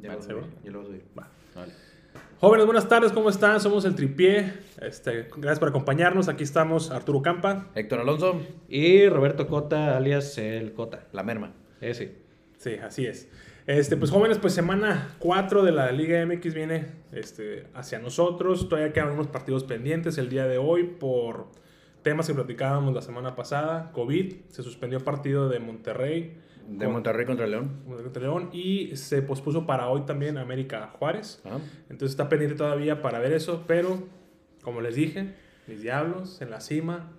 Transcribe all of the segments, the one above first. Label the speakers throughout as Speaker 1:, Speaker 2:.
Speaker 1: Ya lo subí, ya lo subí.
Speaker 2: Jóvenes, buenas tardes, ¿cómo están? Somos el Tripié. Este, gracias por acompañarnos. Aquí estamos Arturo Campa.
Speaker 1: Héctor Alonso,
Speaker 3: Y Roberto Cota, alias el Cota.
Speaker 1: la merma.
Speaker 3: Ese.
Speaker 2: Sí, así es. Este, pues jóvenes, pues semana 4 de la Liga MX viene este, hacia nosotros. Todavía quedan unos partidos pendientes el día de hoy por temas que platicábamos la semana pasada. COVID, se suspendió el partido de Monterrey
Speaker 1: De
Speaker 2: Con-
Speaker 1: Monterrey contra León.
Speaker 2: contra León y se pospuso para hoy también América Juárez.
Speaker 1: Ajá.
Speaker 2: Entonces está pendiente todavía para ver eso, pero como les dije, mis diablos en la cima,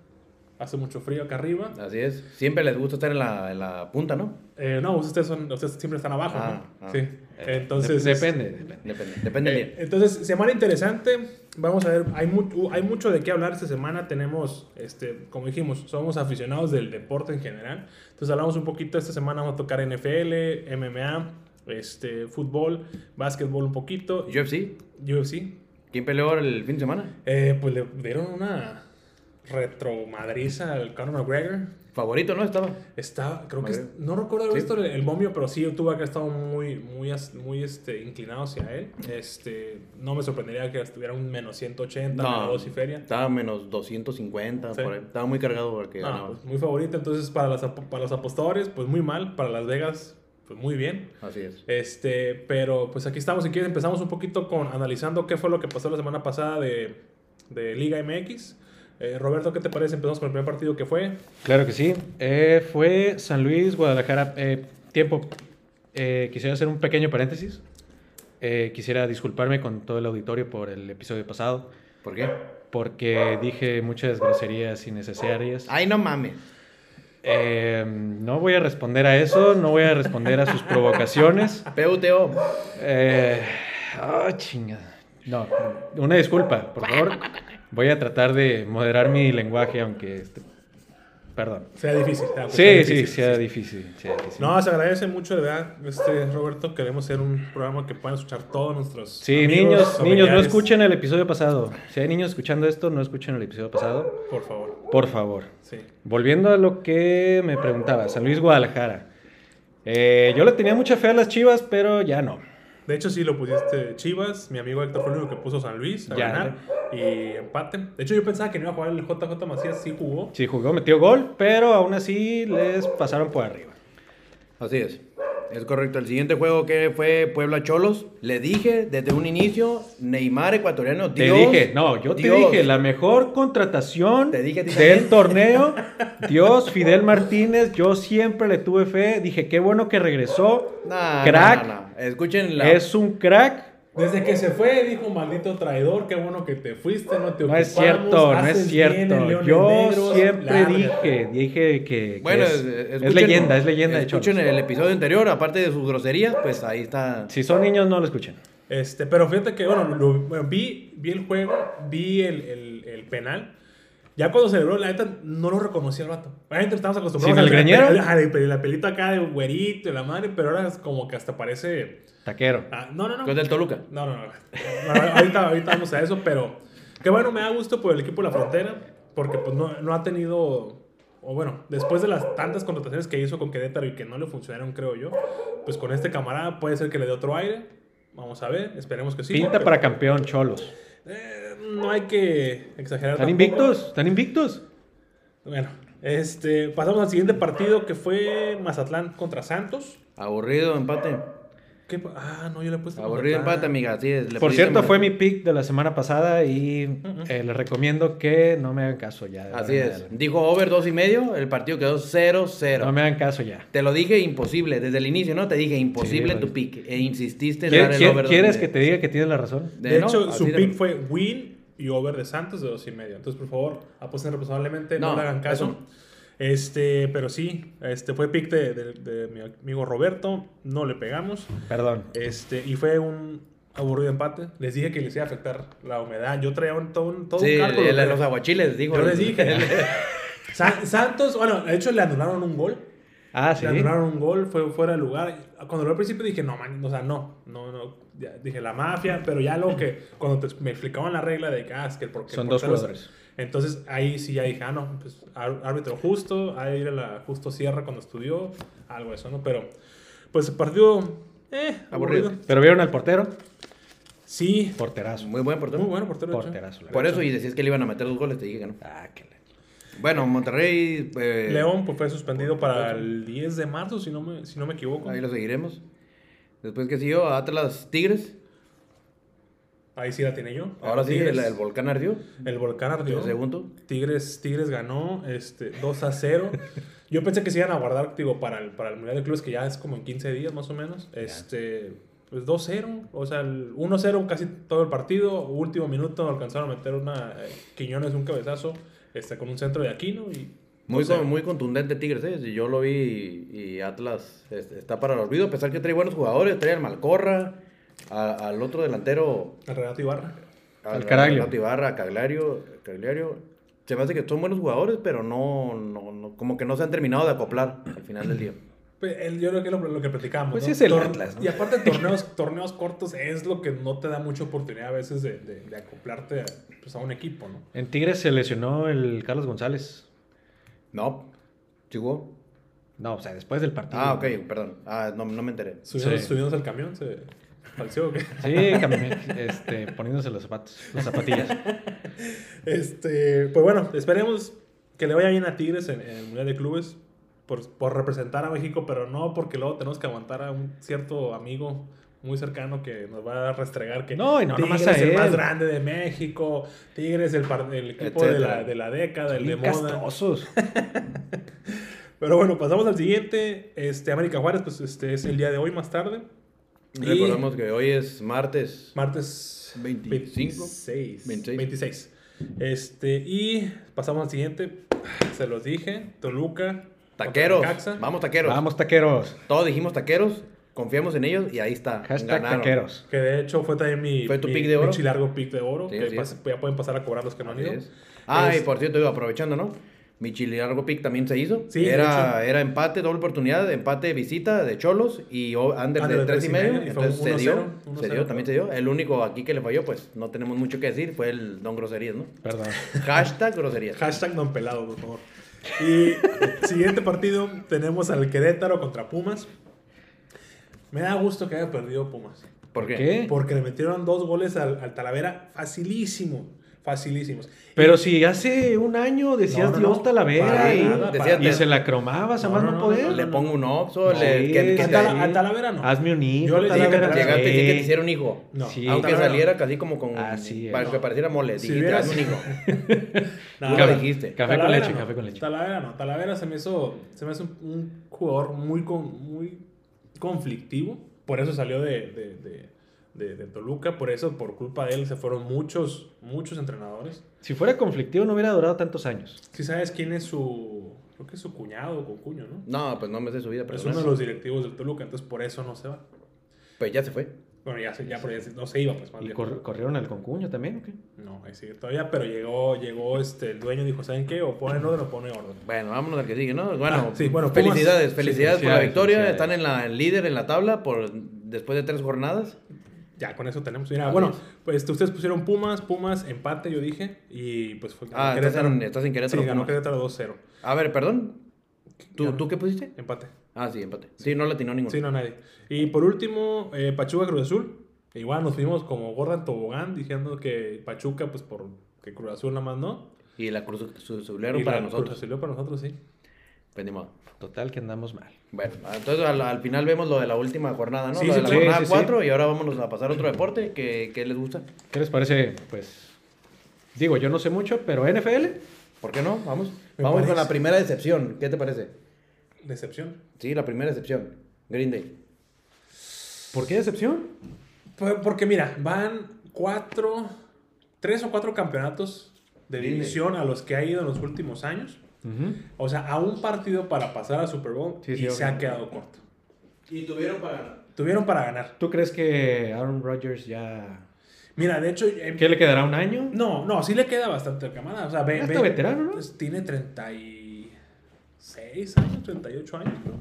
Speaker 2: hace mucho frío acá arriba.
Speaker 1: Así es. Siempre les gusta estar en la, en la punta, ¿no?
Speaker 2: Eh, no, ustedes, son, ustedes siempre están abajo,
Speaker 1: Ah,
Speaker 2: ¿no?
Speaker 1: ah.
Speaker 2: Sí. Entonces,
Speaker 3: Dep- depende, depende.
Speaker 1: Depende, depende del
Speaker 2: eh,
Speaker 1: día.
Speaker 2: entonces, semana interesante. Vamos a ver, hay, mu- uh, hay mucho de qué hablar esta semana. Tenemos, este, como dijimos, somos aficionados del deporte en general. Entonces, hablamos un poquito. Esta semana vamos a tocar NFL, MMA, este, fútbol, básquetbol un poquito,
Speaker 1: UFC,
Speaker 2: UFC,
Speaker 1: ¿quién peleó el fin de semana?
Speaker 2: Eh, pues le dieron una retromadriza al Conor McGregor.
Speaker 1: Favorito, ¿no? Estaba.
Speaker 2: Estaba, creo que,
Speaker 1: McGregor.
Speaker 2: no recuerdo haber
Speaker 1: Sí.
Speaker 2: visto el, el momio, pero sí tuvo que haber estado muy, muy, as- muy este, inclinado hacia él. Este, no me sorprendería que estuviera un menos 180, menos 2 y feria.
Speaker 1: Estaba menos 250,
Speaker 2: Sí.
Speaker 1: por ahí. Estaba muy cargado porque
Speaker 2: No,
Speaker 1: ganaba.
Speaker 2: pues, muy favorito. Entonces, para, las ap- para los apostadores, pues muy mal. Para Las Vegas, pues muy bien.
Speaker 1: Así es.
Speaker 2: Este, pero pues aquí estamos. Si quieres, empezamos un poquito con analizando qué fue lo que pasó la semana pasada de, de Liga MX. Eh, Roberto, ¿qué te parece? Empezamos con el primer partido que fue.
Speaker 3: Claro que sí. Eh, fue San Luis, Guadalajara. Eh, tiempo. Eh, quisiera hacer un pequeño paréntesis. Eh, quisiera disculparme con todo el auditorio por el episodio pasado,
Speaker 1: ¿Por qué?
Speaker 3: porque dije muchas groserías innecesarias.
Speaker 1: Ay, no mames.
Speaker 3: Eh, no voy a responder a eso, no voy a responder a sus provocaciones.
Speaker 1: PUTO.
Speaker 3: Eh, ah, chingada. No, una disculpa, por favor. Voy a tratar de moderar mi lenguaje, aunque... este, Perdón.
Speaker 2: Sea difícil. sea- pues, sea
Speaker 3: Sí, sí,
Speaker 2: difícil,
Speaker 3: sea difícil. sea difícil.
Speaker 2: No, se agradece mucho, de verdad, este, Roberto. Queremos ser un programa que puedan escuchar todos nuestros.
Speaker 3: Sí,
Speaker 2: amigos,
Speaker 3: niños, niños, no
Speaker 2: familiares.
Speaker 3: escuchen el episodio pasado. Si hay niños escuchando esto, no escuchen el episodio pasado.
Speaker 2: Por favor,
Speaker 3: Por favor.
Speaker 2: sí.
Speaker 3: Volviendo a lo que me preguntaba, San Luis Guadalajara. Eh, yo le tenía mucha fe a las chivas, pero ya no.
Speaker 2: De hecho, sí lo pusiste Chivas. Mi amigo Héctor fue el único que puso San Luis a
Speaker 3: Ya.
Speaker 2: ganar y empate. De hecho, yo pensaba que no iba a jugar el JJ Macías, sí jugó.
Speaker 3: Sí, jugó, metió gol, pero aún así les pasaron por arriba.
Speaker 1: Así es. Es correcto. El siguiente juego que fue Puebla Cholos, le dije desde un inicio, Neymar ecuatoriano,
Speaker 3: Te
Speaker 1: Dios,
Speaker 3: dije, no, yo
Speaker 1: Dios.
Speaker 3: te dije, la mejor contratación
Speaker 1: Te dije a ti
Speaker 3: del
Speaker 1: también.
Speaker 3: torneo, Dios, Fidel Martínez, yo siempre le tuve fe, dije, qué bueno que regresó,
Speaker 1: No, no,
Speaker 3: crack,
Speaker 1: no, no. Escuchen la...
Speaker 3: es un crack,
Speaker 2: Desde que se fue, dijo maldito traidor, qué bueno que te fuiste, no te
Speaker 3: no es
Speaker 2: ocupamos,
Speaker 3: cierto, no es
Speaker 2: haces bien en
Speaker 3: cierto,
Speaker 2: Leones
Speaker 3: yo
Speaker 2: Negros,
Speaker 3: siempre
Speaker 2: lárgate".
Speaker 3: dije, dije que, que
Speaker 1: Bueno,
Speaker 3: es,
Speaker 1: es-
Speaker 3: es
Speaker 1: escuchen-
Speaker 3: leyenda, es leyenda de
Speaker 1: Escuchen
Speaker 3: Cholos.
Speaker 1: el episodio anterior, aparte de sus groserías, pues ahí está.
Speaker 3: Si son niños, no lo escuchen.
Speaker 2: Este, pero fíjate que, bueno, lo- bueno, vi, vi el juego, vi el, el- el penal. Ya cuando celebró, la neta, no lo reconocí al vato. Obviamente estamos acostumbrados
Speaker 3: ¿Sin el
Speaker 2: la-
Speaker 3: greñero?
Speaker 2: a la, a la pelita acá de güerito y la madre, pero ahora es como que hasta parece...
Speaker 3: Taquero.
Speaker 2: ah, no, no, no.
Speaker 1: Con el Toluca.
Speaker 2: No, no, no. Bueno, ahorita, ahorita vamos a eso, pero que bueno, me da gusto por el equipo de la frontera, porque pues no, no ha tenido, o bueno, después de las tantas contrataciones que hizo con Querétaro y que no le funcionaron, creo yo, pues con este camarada puede ser que le dé otro aire. Vamos a ver, esperemos que sí.
Speaker 3: Pinta
Speaker 2: pero,
Speaker 3: para campeón, Cholos.
Speaker 2: eh, no hay que exagerar.
Speaker 3: ¿Están
Speaker 2: tampoco.
Speaker 3: invictos? ¿Están invictos?
Speaker 2: Bueno, este, pasamos al siguiente partido que fue Mazatlán contra Santos.
Speaker 1: Aburrido empate.
Speaker 2: ¿Qué pa- ah, no, yo le puse
Speaker 1: Aburrido empate, amiga. Así es. le
Speaker 3: Por
Speaker 1: pusiste
Speaker 3: cierto,
Speaker 1: mal.
Speaker 3: fue mi pick de la semana pasada y
Speaker 2: Mm,
Speaker 3: eh, les recomiendo que no me hagan caso ya. de
Speaker 1: Así
Speaker 3: verdad.
Speaker 1: es. Dijo over dos y medio, el partido quedó 0-0.
Speaker 3: No me hagan caso ya.
Speaker 1: Te lo dije imposible, desde el inicio, ¿no? Te dije imposible
Speaker 3: Sí,
Speaker 1: tu
Speaker 3: lo
Speaker 1: pick. E insististe en
Speaker 3: ¿Quiere-
Speaker 1: dar el
Speaker 3: quiere-
Speaker 1: over.
Speaker 3: ¿Quieres
Speaker 1: de-
Speaker 3: que te diga que tienes la razón?
Speaker 2: De,
Speaker 1: no,
Speaker 2: hecho,
Speaker 1: así
Speaker 2: su
Speaker 1: de-
Speaker 2: pick fue win y over de Santos de dos y medio. Entonces, por favor, apuesten responsablemente, no,
Speaker 1: No,
Speaker 2: le hagan caso.
Speaker 1: eso
Speaker 2: Este, pero sí, este fue pick de, de- de mi amigo Roberto, no le pegamos.
Speaker 3: Perdón.
Speaker 2: Este, y fue un aburrido empate. Les dije que les iba a afectar la humedad. Yo traía un, todo un, todo un
Speaker 1: Sí,
Speaker 2: cálculo.
Speaker 1: el- el- los aguachiles, dijo.
Speaker 2: Yo les dije. Sa- Santos, bueno, de hecho le anularon un gol.
Speaker 3: Ah, sí.
Speaker 2: Le anularon un gol, fue fuera de lugar. Cuando lo vi al principio dije, no, man, o sea, no, no, no. Ya, dije, la mafia, pero ya lo que, cuando te- me explicaban la regla de que, ah, es que el por- que el
Speaker 3: Son dos
Speaker 2: portero es-
Speaker 3: jugadores.
Speaker 2: El, Entonces ahí sí ya dije, ah, no, pues ár- árbitro justo, hay que ir a la justo sierra cuando estudió, algo de eso, ¿no? Pero pues el partido, eh,
Speaker 1: Aburrido.
Speaker 2: aburrido.
Speaker 3: Pero vieron al portero,
Speaker 2: Sí,
Speaker 3: porterazo.
Speaker 1: Muy buen portero.
Speaker 2: muy bueno portero. de hecho.
Speaker 3: porterazo. la
Speaker 1: Por
Speaker 3: verdad.
Speaker 1: eso, y decías que le iban a meter dos goles, te dije que no.
Speaker 3: Ah, qué le-
Speaker 1: Bueno, Monterrey. eh,
Speaker 2: León pues, fue suspendido para el 10 de marzo, si no me, si no me equivoco.
Speaker 1: Ahí
Speaker 2: Ahí,
Speaker 1: lo seguiremos. Después que siguió, Atlas Tigres.
Speaker 2: sí la tiene yo.
Speaker 1: Ahora sí,
Speaker 2: Tigres.
Speaker 1: el, el volcán ardió.
Speaker 2: El volcán ardió.
Speaker 1: El segundo.
Speaker 2: Tigres, Tigres ganó este, 2 a 0. Yo pensé que se iban a guardar digo, para, el, para el Mundial de Clubes, que ya es como en 15 días más o menos. Este, pues 2-0, o sea, el 1-0 casi todo el partido. Último minuto alcanzaron a meter una eh, Quiñones, un cabezazo este, con un centro de Aquino. Y
Speaker 1: Muy,
Speaker 2: 2-0.
Speaker 1: con- muy contundente Tigres, ¿eh? Sí, Yo lo vi y, y Atlas este, está para el olvido, a pesar que trae buenos jugadores, trae al Malcorra, a- al otro delantero,
Speaker 2: El Renato Ibarra.
Speaker 3: Al Caraglio.
Speaker 1: Renato Ibarra, a Cagliario, Cagliario. Se me hace que son buenos jugadores, pero no, no, no- como que no se han terminado de acoplar al final del día.
Speaker 2: Pues, el- Yo creo que es lo, lo que platicamos.
Speaker 3: Pues
Speaker 2: ¿no?
Speaker 3: sí es el
Speaker 2: Tor-
Speaker 3: Atlas, ¿no?
Speaker 2: Y aparte, torneos, torneos cortos es lo que no te da mucha oportunidad a veces de, de- de acoplarte a, pues, a un equipo, ¿no?
Speaker 3: En Tigres se lesionó el Carlos González.
Speaker 1: No, ¿sí jugó?
Speaker 3: No, o sea, después del partido.
Speaker 1: Ah, ok, perdón. Ah, no, no me enteré.
Speaker 2: Subimos,
Speaker 3: Sí.
Speaker 2: subimos al camión, se falseó. o qué?
Speaker 3: Sí, cami- este, poniéndose los zapatos, las zapatillas.
Speaker 2: Este, pues bueno, esperemos que le vaya bien a Tigres en, en el Mundial de Clubes por, por representar a México, pero no porque luego tenemos que aguantar a un cierto amigo muy cercano que nos va a restregar que
Speaker 3: No, y no
Speaker 2: Tigres
Speaker 3: nomás
Speaker 2: es
Speaker 3: a
Speaker 2: el
Speaker 3: él.
Speaker 2: más grande de México, Tigres el, par- el equipo de la,
Speaker 1: Etcétera.
Speaker 2: de la década, el de
Speaker 3: Bien
Speaker 2: moda.
Speaker 3: castrosos.
Speaker 2: Pero bueno, pasamos al siguiente. Este, América Juárez, pues este es el día de hoy más tarde. Y-
Speaker 1: Recordemos que hoy es martes.
Speaker 2: Martes
Speaker 1: 25,
Speaker 2: 26.
Speaker 1: 26.
Speaker 2: 26. Este, y pasamos al siguiente. Se los dije. Toluca. contra
Speaker 1: Taqueros.
Speaker 2: Necaxa.
Speaker 1: Vamos, taqueros.
Speaker 3: Vamos, taqueros.
Speaker 1: Todos dijimos taqueros, confiamos en ellos y ahí está.
Speaker 3: Hashtag
Speaker 1: ganaron.
Speaker 3: taqueros.
Speaker 2: Que de hecho fue también mi,
Speaker 1: Fue tu
Speaker 2: mi-
Speaker 1: pick de
Speaker 2: mi
Speaker 1: oro.
Speaker 2: chilargo pick de oro.
Speaker 1: Sí,
Speaker 2: que
Speaker 1: así
Speaker 2: pas- ya pueden pasar a cobrar los que no han ido.
Speaker 1: Así es. Ah,
Speaker 2: Es-
Speaker 1: y por cierto, digo, aprovechando, ¿no? Mi chile largo pick también se hizo.
Speaker 2: Sí, de
Speaker 1: era, era empate, doble oportunidad, empate de visita de Cholos y o- under de tres y medio.
Speaker 2: Ah, y fue
Speaker 1: Entonces se
Speaker 2: 1-0,
Speaker 1: dio,
Speaker 2: 1-0,
Speaker 1: se dio, también se dio. El único aquí que le falló, pues no tenemos mucho que decir, fue el don groserías, ¿no?
Speaker 3: Perdón.
Speaker 1: Hashtag groserías.
Speaker 2: Hashtag don pelado, por favor. Y siguiente partido tenemos al Querétaro contra Pumas. Me da gusto que haya perdido Pumas.
Speaker 1: ¿Por qué?
Speaker 3: ¿Qué?
Speaker 2: Porque le metieron dos goles al, al Talavera facilísimo. Facilísimos.
Speaker 3: Pero si hace un año decías
Speaker 2: No, no,
Speaker 3: Dios
Speaker 2: no.
Speaker 3: Talavera
Speaker 2: Para
Speaker 3: y,
Speaker 2: nada,
Speaker 1: decía
Speaker 2: para
Speaker 3: y
Speaker 1: te-
Speaker 3: se la cromabas a
Speaker 2: No,
Speaker 3: más
Speaker 2: no,
Speaker 3: no,
Speaker 2: no,
Speaker 3: poder.
Speaker 2: no,
Speaker 1: Le
Speaker 2: no.
Speaker 1: pongo un
Speaker 3: No,
Speaker 1: oxo, le- que,
Speaker 3: sí,
Speaker 1: que
Speaker 3: es-
Speaker 1: te-
Speaker 2: A, Tala-
Speaker 1: que
Speaker 2: a Talavera no.
Speaker 3: Hazme un hijo.
Speaker 2: Yo les dije que
Speaker 3: Talavera.
Speaker 2: te
Speaker 1: llegaste y dijiste que te
Speaker 3: Sí.
Speaker 1: hicieron hijo.
Speaker 2: No.
Speaker 3: Sí.
Speaker 1: Aunque
Speaker 2: Talavera
Speaker 1: saliera
Speaker 2: no.
Speaker 1: casi como con.
Speaker 3: Ah, sí,
Speaker 1: para
Speaker 3: no.
Speaker 1: que pareciera mole.
Speaker 2: Si
Speaker 1: dijiste,
Speaker 2: hubieras-
Speaker 1: "Hazme un hijo.
Speaker 2: Nada.
Speaker 1: Nunca
Speaker 3: Café-
Speaker 1: dijiste.
Speaker 3: Café con
Speaker 2: Talavera
Speaker 3: leche,
Speaker 2: no.
Speaker 3: café con leche.
Speaker 2: Talavera no. Talavera se me hizo, se me hizo un, un jugador muy, con- muy conflictivo. Por eso salió de, de, de- de- de Toluca. Por eso, por culpa de él, se fueron muchos, muchos entrenadores.
Speaker 3: Si fuera conflictivo no hubiera durado tantos años.
Speaker 2: Si sabes quién es su... Creo que es su cuñado o concuño, ¿no?
Speaker 1: No, pues no me sé su vida,
Speaker 2: Pero
Speaker 1: pero
Speaker 2: es uno de los directivos del Toluca. Entonces, por eso no se va.
Speaker 1: Pues ya se fue.
Speaker 2: Bueno, ya, se- ya, pero ya se- no se iba, pues. más
Speaker 3: ¿Y
Speaker 2: bien.
Speaker 3: cor- corrieron al concuño también o qué?
Speaker 2: No, ahí sigue todavía, pero llegó, llegó este, el dueño y dijo, ¿saben qué? O ponen orden o pone orden.
Speaker 1: Bueno, vámonos al que sigue, ¿no? Bueno,
Speaker 2: Ah, sí, bueno, Pumas.
Speaker 1: felicidades,
Speaker 2: Sí,
Speaker 1: felicidades por la
Speaker 3: felicidades,
Speaker 1: victoria.
Speaker 3: felicidades.
Speaker 1: Están en la en líder en la tabla por después de tres jornadas.
Speaker 2: Ya, con eso tenemos. Mira, bueno, pues ustedes pusieron Pumas, Pumas, empate, yo dije, y pues fue
Speaker 1: Ah, estás en, estás en Querétaro.
Speaker 2: Sí, ganó
Speaker 1: ¿no?
Speaker 2: Querétaro 2-0.
Speaker 1: A ver, perdón. ¿Tú,
Speaker 2: Ganó.
Speaker 1: ¿Tú qué pusiste?
Speaker 2: Empate.
Speaker 1: Ah, sí, empate. Sí, no latinó ninguno.
Speaker 2: Sí, no, nadie. Y por último, eh, Pachuca Cruz Azul. E Igual nos fuimos como Gordon Tobogán diciendo que Pachuca, pues por que Cruz Azul nada más no.
Speaker 1: Y la cruz su,
Speaker 2: Y
Speaker 1: subieron para
Speaker 2: la- Cruz
Speaker 1: nosotros.
Speaker 2: Azul para nosotros, sí.
Speaker 1: Pues ni modo.
Speaker 3: Total que andamos mal.
Speaker 1: Bueno, entonces al, al final vemos lo de la última jornada, ¿no?
Speaker 2: Sí,
Speaker 1: lo
Speaker 2: sí,
Speaker 1: de la
Speaker 3: sí,
Speaker 1: jornada
Speaker 3: sí, sí.
Speaker 1: 4 y ahora vámonos a pasar a otro deporte que, que les gusta.
Speaker 3: ¿Qué les parece? Pues digo, yo no sé mucho, pero NFL.
Speaker 1: ¿Por qué no? Vamos.
Speaker 2: Me
Speaker 1: Vamos con
Speaker 2: parece.
Speaker 1: la primera decepción. ¿Qué te parece?
Speaker 2: Decepción.
Speaker 1: Sí, la primera decepción. Green Day.
Speaker 3: ¿Por qué decepción?
Speaker 2: Pues, Porque mira, van cuatro, tres o cuatro campeonatos de
Speaker 1: Dime.
Speaker 2: división a los que ha ido en los últimos años.
Speaker 3: Ujú.
Speaker 2: O sea, a un partido para pasar a Super Bowl
Speaker 3: Sí,
Speaker 2: y
Speaker 3: sí,
Speaker 2: se ha
Speaker 3: obviamente.
Speaker 2: quedado corto.
Speaker 1: Y tuvieron para.
Speaker 2: Tuvieron para ganar.
Speaker 3: ¿Tú crees que Aaron Rodgers ya...
Speaker 2: Mira, de hecho, eh,
Speaker 3: ¿Qué le quedará un año?
Speaker 2: no, no, sí le queda bastante al camada. O sea, ve,
Speaker 3: Ya
Speaker 2: ve-
Speaker 3: está veterano, ¿no?
Speaker 2: pues, tiene 36 años, 38 años, creo.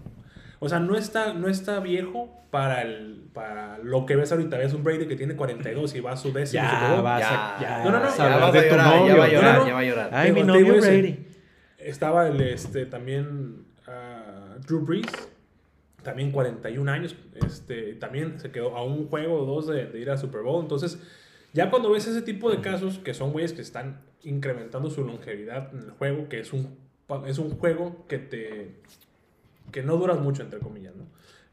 Speaker 2: O sea, no está, no está viejo para, el, para lo que ves ahorita. Ves un Brady que tiene 42 y va a su décimo. Super
Speaker 3: Ya
Speaker 2: Bowl.
Speaker 3: vas
Speaker 1: Ya,
Speaker 3: a.
Speaker 1: ya,
Speaker 2: no, no,
Speaker 3: vas
Speaker 2: ya
Speaker 3: a
Speaker 2: vas
Speaker 3: hablar
Speaker 1: a
Speaker 3: de tu
Speaker 1: llorar, ya
Speaker 3: novio.
Speaker 1: va a llorar,
Speaker 3: No, no.
Speaker 1: ya va a llorar.
Speaker 3: Ay, mi
Speaker 2: Digo, te digo
Speaker 3: novio
Speaker 2: ese.
Speaker 3: Brady.
Speaker 2: Estaba el, este, también ah, Drew Brees, también 41 años, este, también se quedó a un juego o dos de, de ir a Super Bowl. Entonces, ya cuando ves ese tipo de casos, que son güeyes que están incrementando su longevidad en el juego, que es un, pa- es un juego que te que no duras mucho, entre comillas, ¿no?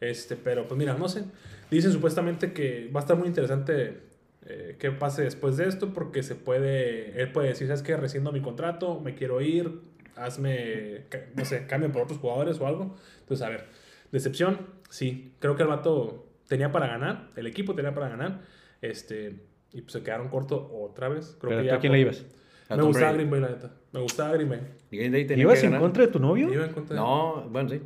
Speaker 2: Este, pero pues mira, no sé. Dicen supuestamente que va a estar muy interesante eh, qué pase después de esto, porque se puede, él puede decir, ¿sabes qué? Reciendo mi contrato, me quiero ir, hazme, ca- no sé, cambio por otros jugadores o algo. Entonces, a ver, decepción, sí, creo que el vato tenía para ganar, el equipo tenía para ganar, este, y pues se quedaron corto otra vez. Creo
Speaker 3: Pero
Speaker 2: que
Speaker 3: tú a
Speaker 2: ya
Speaker 3: quién
Speaker 2: por-
Speaker 3: le ibas?
Speaker 1: A
Speaker 2: Me
Speaker 1: Tom
Speaker 2: gustaba
Speaker 1: Brady.
Speaker 2: Green Bay, la neta. Me gustaba Green Bay.
Speaker 1: Y Green Day tenía
Speaker 3: ¿Ibas
Speaker 1: que
Speaker 3: en
Speaker 1: ganar.
Speaker 3: contra de tu novio?
Speaker 2: Me iba en contra de-
Speaker 1: No, bueno, sí.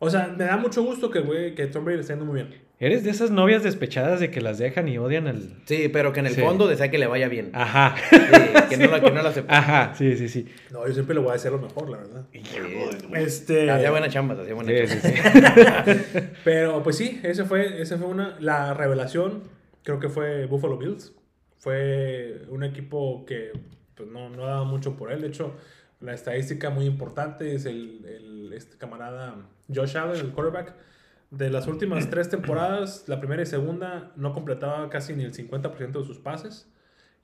Speaker 2: O sea, me da mucho gusto que, güey, que Tom Brady le esté yendo muy bien.
Speaker 3: Eres de esas novias despechadas de que las dejan y odian al.
Speaker 1: Sí, pero que en el
Speaker 3: Sí. Ah.
Speaker 1: fondo desea que le vaya bien.
Speaker 3: Ajá.
Speaker 1: Sí, que, no la, que no la acepte.
Speaker 3: Ajá, sí, sí, sí.
Speaker 2: No, yo siempre le voy a hacer lo mejor, la verdad.
Speaker 1: Sí.
Speaker 2: Este,
Speaker 1: Hacía buena chamba, hacía buena
Speaker 3: Sí,
Speaker 1: chamba.
Speaker 3: sí, sí.
Speaker 2: pero pues sí, ese fue, ese fue una la revelación, creo que fue Buffalo Bills. Fue un equipo que pues, no, no daba mucho por él, de hecho, la estadística muy importante es el, el- este camarada Josh Allen, el quarterback. De las últimas tres temporadas, la primera y segunda, no completaba casi ni el 50% de sus pases.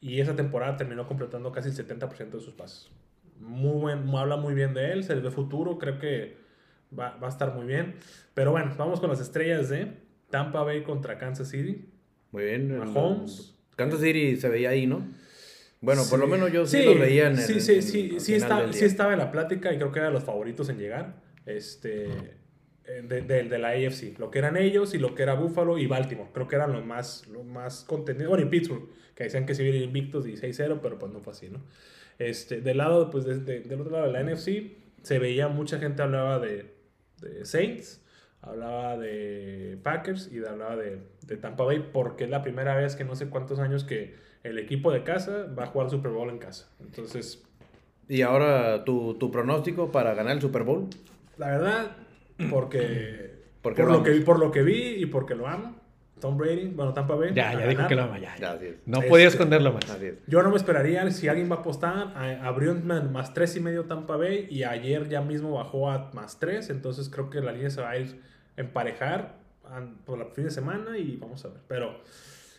Speaker 2: Y esa temporada terminó completando casi el 70% de sus pases. Muy buen, habla muy bien de él, se le ve futuro, creo que va, va a estar muy bien. Pero bueno, vamos con las estrellas de Tampa Bay contra Kansas City.
Speaker 1: Muy bien. el-
Speaker 2: Mahomes.
Speaker 1: Kansas City se veía ahí, ¿no? Bueno, por lo
Speaker 2: Sí.
Speaker 1: menos yo sí, lo veía en el.
Speaker 2: Sí, sí,
Speaker 1: en-
Speaker 2: sí,
Speaker 1: al
Speaker 2: sí,
Speaker 1: final
Speaker 2: está-
Speaker 1: del
Speaker 2: sí
Speaker 1: día.
Speaker 2: estaba en la plática y creo que era de los favoritos en llegar. Este. eh, De, de- de la AFC, lo que eran ellos y lo que era Buffalo y Baltimore, creo que eran los más, los más contenidos. Bueno, y Pittsburgh, que decían que se vienen invictos 16-0, pero pues no fue así, ¿no? Este, del lado, pues de- de- del otro lado de la NFC, se veía mucha gente hablaba de, de Saints, hablaba de Packers y de- hablaba de, de Tampa Bay, porque es la primera vez que no sé cuántos años que el equipo de casa va a jugar Super Bowl en casa. Entonces,
Speaker 1: Y ahora tu, tu pronóstico para ganar el Super Bowl.
Speaker 2: la verdad, porque.
Speaker 1: Porque
Speaker 2: por,
Speaker 1: lo
Speaker 2: lo que,
Speaker 1: amas.
Speaker 2: vi- por lo que vi y porque lo amo, Tom Brady, bueno, Tampa Bay.
Speaker 3: Ya,
Speaker 2: a
Speaker 3: ya
Speaker 2: ganar.
Speaker 3: dijo que lo ama, ya. ya.
Speaker 1: Así es.
Speaker 3: No
Speaker 2: Este-
Speaker 3: podía esconderlo más.
Speaker 1: Así es.
Speaker 2: Yo no me esperaría si alguien va a apostar a, a Briontman más tres y medio Tampa Bay y ayer ya mismo bajó a más tres, entonces creo que la línea se va a ir a emparejar an- por la fin de semana y vamos a ver. Pero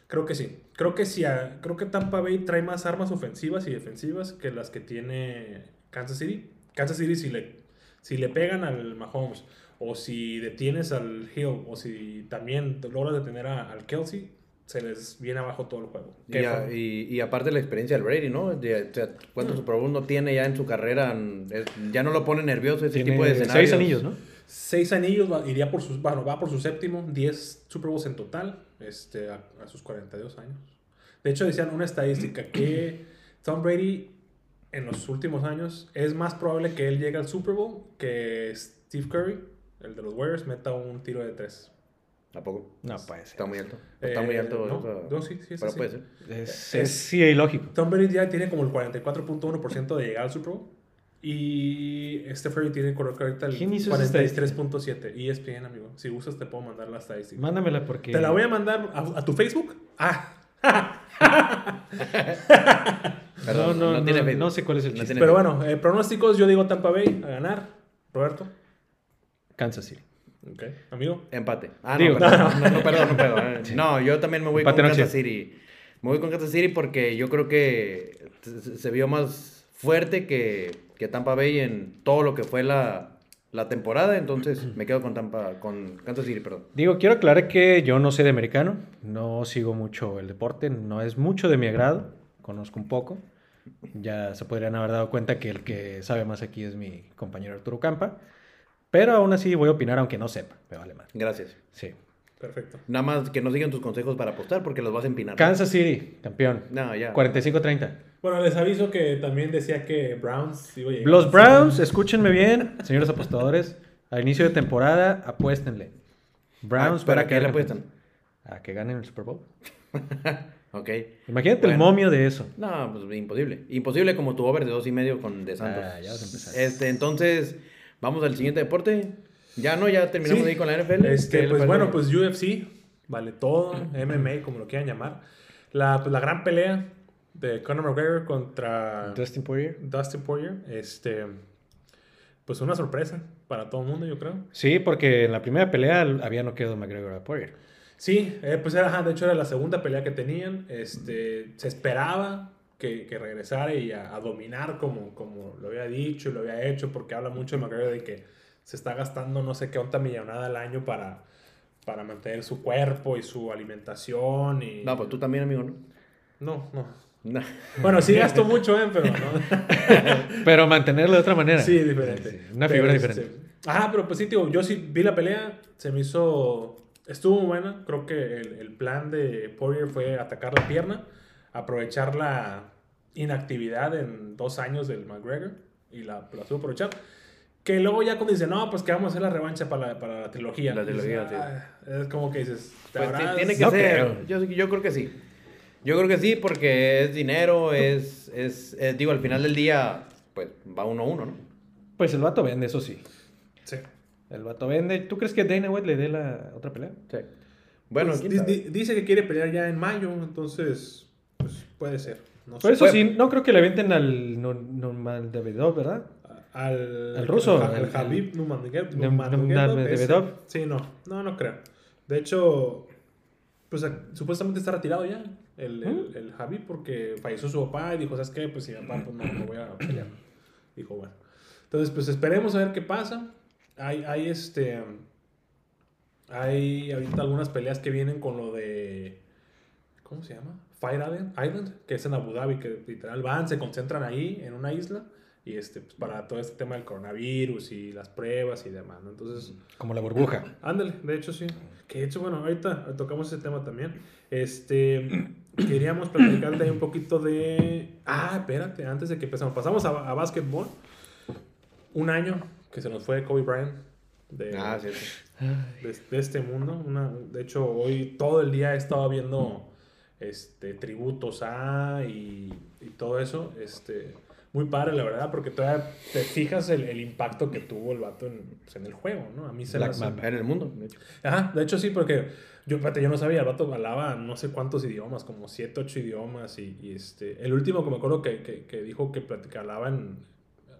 Speaker 2: creo que sí, creo que sí, a- creo que Tampa Bay trae más armas ofensivas y defensivas que las que tiene Kansas City. Kansas City si le, si le pegan al Mahomes o si detienes al Hill o si también logras detener a- al Kelsey, se les viene abajo todo el juego.
Speaker 1: Y, a-
Speaker 2: fue-
Speaker 1: y- y aparte la experiencia del Brady, ¿no? De- o sea,
Speaker 2: Mm.
Speaker 1: ¿Cuántos Super Bowl no tiene ya en su carrera? Es- ya no lo pone nervioso ese
Speaker 3: Tiene
Speaker 1: Este tipo de escenarios.
Speaker 3: seis anillos, ¿no?
Speaker 2: Seis anillos, va- iría por sus, bueno, va por su séptimo, 10 Super Bowls en total, este, a, a sus 42 años. De hecho, decían una estadística que Tom Brady en los últimos años es más probable que él llegue al Super Bowl que Steve Curry, el de los Warriors, meta un tiro de tres.
Speaker 1: Tampoco.
Speaker 3: No puede ser.
Speaker 1: Está muy alto. Está muy
Speaker 2: Eh,
Speaker 1: alto.
Speaker 2: no,
Speaker 1: o sea,
Speaker 2: no, sí, sí, es
Speaker 1: pero
Speaker 2: así.
Speaker 1: puede ser.
Speaker 3: Es, es sí, ilógico.
Speaker 2: Tom Brady ya tiene como el 44.1% de llegar al Super Bowl. Y Steph Curry tiene creo que ahorita el
Speaker 3: ¿Quién hizo esa estadística?
Speaker 2: 43.7. ESPN, amigo. Si gustas, te puedo mandar la estadística.
Speaker 3: Mándamela porque.
Speaker 2: ¿Te la voy a mandar a, a tu Facebook? Ah.
Speaker 1: Perdón,
Speaker 3: no, no,
Speaker 1: tiene
Speaker 3: no,
Speaker 1: fe.
Speaker 3: no sé cuál es el chiste.
Speaker 1: tiene
Speaker 2: Pero
Speaker 1: fe.
Speaker 2: bueno, eh, pronósticos, yo digo Tampa Bay a ganar. Roberto.
Speaker 3: Kansas City.
Speaker 2: Ok. Amigo.
Speaker 1: Empate. Ah,
Speaker 3: Digo.
Speaker 1: no, perdón, no, no, perdón, no puedo. eh. No, yo también me voy
Speaker 3: Empate
Speaker 1: con
Speaker 3: no
Speaker 1: Kansas City. Me voy con Kansas City porque yo creo que se- se se vio más fuerte que, que Tampa Bay en todo lo que fue la, la temporada. Entonces me quedo con Tampa, con Kansas City, perdón.
Speaker 3: Digo, quiero aclarar que yo no sé de americano, no sigo mucho el deporte, no es mucho de mi agrado, conozco un poco. Ya se podrían haber dado cuenta que el que sabe más aquí es mi compañero Arturo Campa, pero aún así voy a opinar aunque no sepa, me vale madre.
Speaker 1: Gracias.
Speaker 3: Sí.
Speaker 2: Perfecto.
Speaker 1: Nada más que nos digan tus consejos para apostar porque los vas a empinar.
Speaker 3: Kansas City, campeón.
Speaker 1: No, ya.
Speaker 3: 45-30.
Speaker 2: Bueno, les aviso que también decía que Browns iba a llegar.
Speaker 3: Los Browns, escúchenme bien, señores apostadores, al inicio de temporada apuéstenle. Browns
Speaker 1: Ah, ¿Para
Speaker 3: van a
Speaker 1: qué
Speaker 3: quedar
Speaker 1: le
Speaker 3: campeón.
Speaker 1: apuestan?
Speaker 3: A que ganen el Super Bowl.
Speaker 1: Ok.
Speaker 3: Imagínate el
Speaker 1: Bueno.
Speaker 3: momio de eso.
Speaker 1: No, pues imposible. Imposible como tu over de dos y medio con De Santos.
Speaker 3: Ah, ya vas a empezar.
Speaker 1: Este, entonces, vamos al siguiente deporte. Ya no, ya terminamos
Speaker 2: Sí.
Speaker 1: ahí con la NFL. ¿Qué
Speaker 2: Este,
Speaker 1: le
Speaker 2: pues
Speaker 1: parece?
Speaker 2: bueno, pues UFC, vale todo, MMA, como lo quieran llamar. La, pues, la gran pelea de Conor McGregor contra
Speaker 3: Dustin Poirier.
Speaker 2: Dustin Poirier, este, pues una sorpresa para todo el mundo, yo creo.
Speaker 3: Sí, porque en la primera pelea había no quedado McGregor a Poirier.
Speaker 2: Sí, eh, pues era, ajá, de hecho era la segunda pelea que tenían, este, se esperaba que, que regresara y a, a dominar como, como lo había dicho y lo había hecho, porque habla mucho de McGregor de que se está gastando no sé qué onda millonada al año para, para mantener su cuerpo y su alimentación y...
Speaker 1: No, pues tú también, amigo, ¿no?
Speaker 2: No, no.
Speaker 1: No.
Speaker 2: Bueno, sí gasto mucho, ¿eh? Pero no.
Speaker 3: Pero mantenerlo de otra manera.
Speaker 2: Sí, diferente.
Speaker 3: Sí, Una
Speaker 2: Pero,
Speaker 3: figura
Speaker 2: este,
Speaker 3: diferente.
Speaker 2: Ajá, pero pues sí, tío, yo sí vi la pelea, se me hizo... Estuvo muy buena, creo que el, el plan de Poirier fue atacar la pierna, aprovechar la inactividad en dos años del McGregor y la, la supo aprovechar. Que luego ya cuando dice, no, pues que vamos a hacer la revancha para la, para la trilogía.
Speaker 1: La trilogía,
Speaker 2: Dices, "Ah", Es como que dices, te
Speaker 1: Pues, ti-
Speaker 2: habrás-
Speaker 1: tiene que
Speaker 3: No
Speaker 1: ser. Yo, yo creo que sí. Yo creo que sí, porque es dinero, es, es, es- Digo, al final del día, pues va uno a uno, ¿no?
Speaker 3: Pues el vato vende, eso sí.
Speaker 2: Sí.
Speaker 3: El vato vende. ¿Tú crees que Dana White le dé la otra pelea?
Speaker 1: Sí. Bueno,
Speaker 2: Pues,
Speaker 1: quién
Speaker 2: di-
Speaker 1: sabe.
Speaker 2: di- dice que quiere pelear ya en mayo, entonces pues, puede ser. No sé.
Speaker 3: Pero Pues eso
Speaker 1: puede.
Speaker 3: sí, no creo que le aventen al normal Davidov, ¿verdad?
Speaker 2: Al,
Speaker 3: al ruso,
Speaker 2: Al,
Speaker 3: al-
Speaker 2: Habib Nurmagomedov-
Speaker 3: Num-
Speaker 2: Nurmagomedov, ese.
Speaker 3: Nurmagomedov.
Speaker 2: Sí, no, no, no creo. De hecho, pues a- supuestamente está retirado ya el, el, el Habib porque falleció su papá y dijo, ¿sabes qué? Pues si mi papá, pues no, no voy a pelear. Dijo, bueno. Entonces, pues esperemos a ver qué pasa. Hay, hay este... Hay ahorita algunas peleas que vienen con lo de... ¿Cómo se llama? Fire Island, Island, que es en Abu Dhabi, que literal van, se concentran ahí en una isla y este pues, para todo este tema del coronavirus y las pruebas y demás, ¿no? Entonces,
Speaker 3: Como la burbuja.
Speaker 2: ándale, de hecho sí. Que de hecho, bueno, ahorita tocamos ese tema también. Este, queríamos platicar ahí un poquito de... Ah, espérate, antes de que empezamos, pasamos a, a básquetbol. Un año que se nos fue Kobe Bryant. De,
Speaker 1: Ah, sí, sí.
Speaker 2: de, de este mundo. Una, de hecho, hoy todo el día he estado viendo este, tributos a y, y todo eso. Este, muy padre, la verdad, porque todavía te fijas el, el impacto que tuvo el vato en, pues, en el juego, ¿no? A mí se me
Speaker 3: Black
Speaker 2: hace-
Speaker 3: Mamba.
Speaker 1: En el mundo, de hecho.
Speaker 2: Ajá, de hecho sí, porque yo, espérate, yo no sabía, el vato hablaba no sé cuántos idiomas, como siete, ocho idiomas, y, y, este, el último que me acuerdo que, que, que dijo que platicaba hablaba en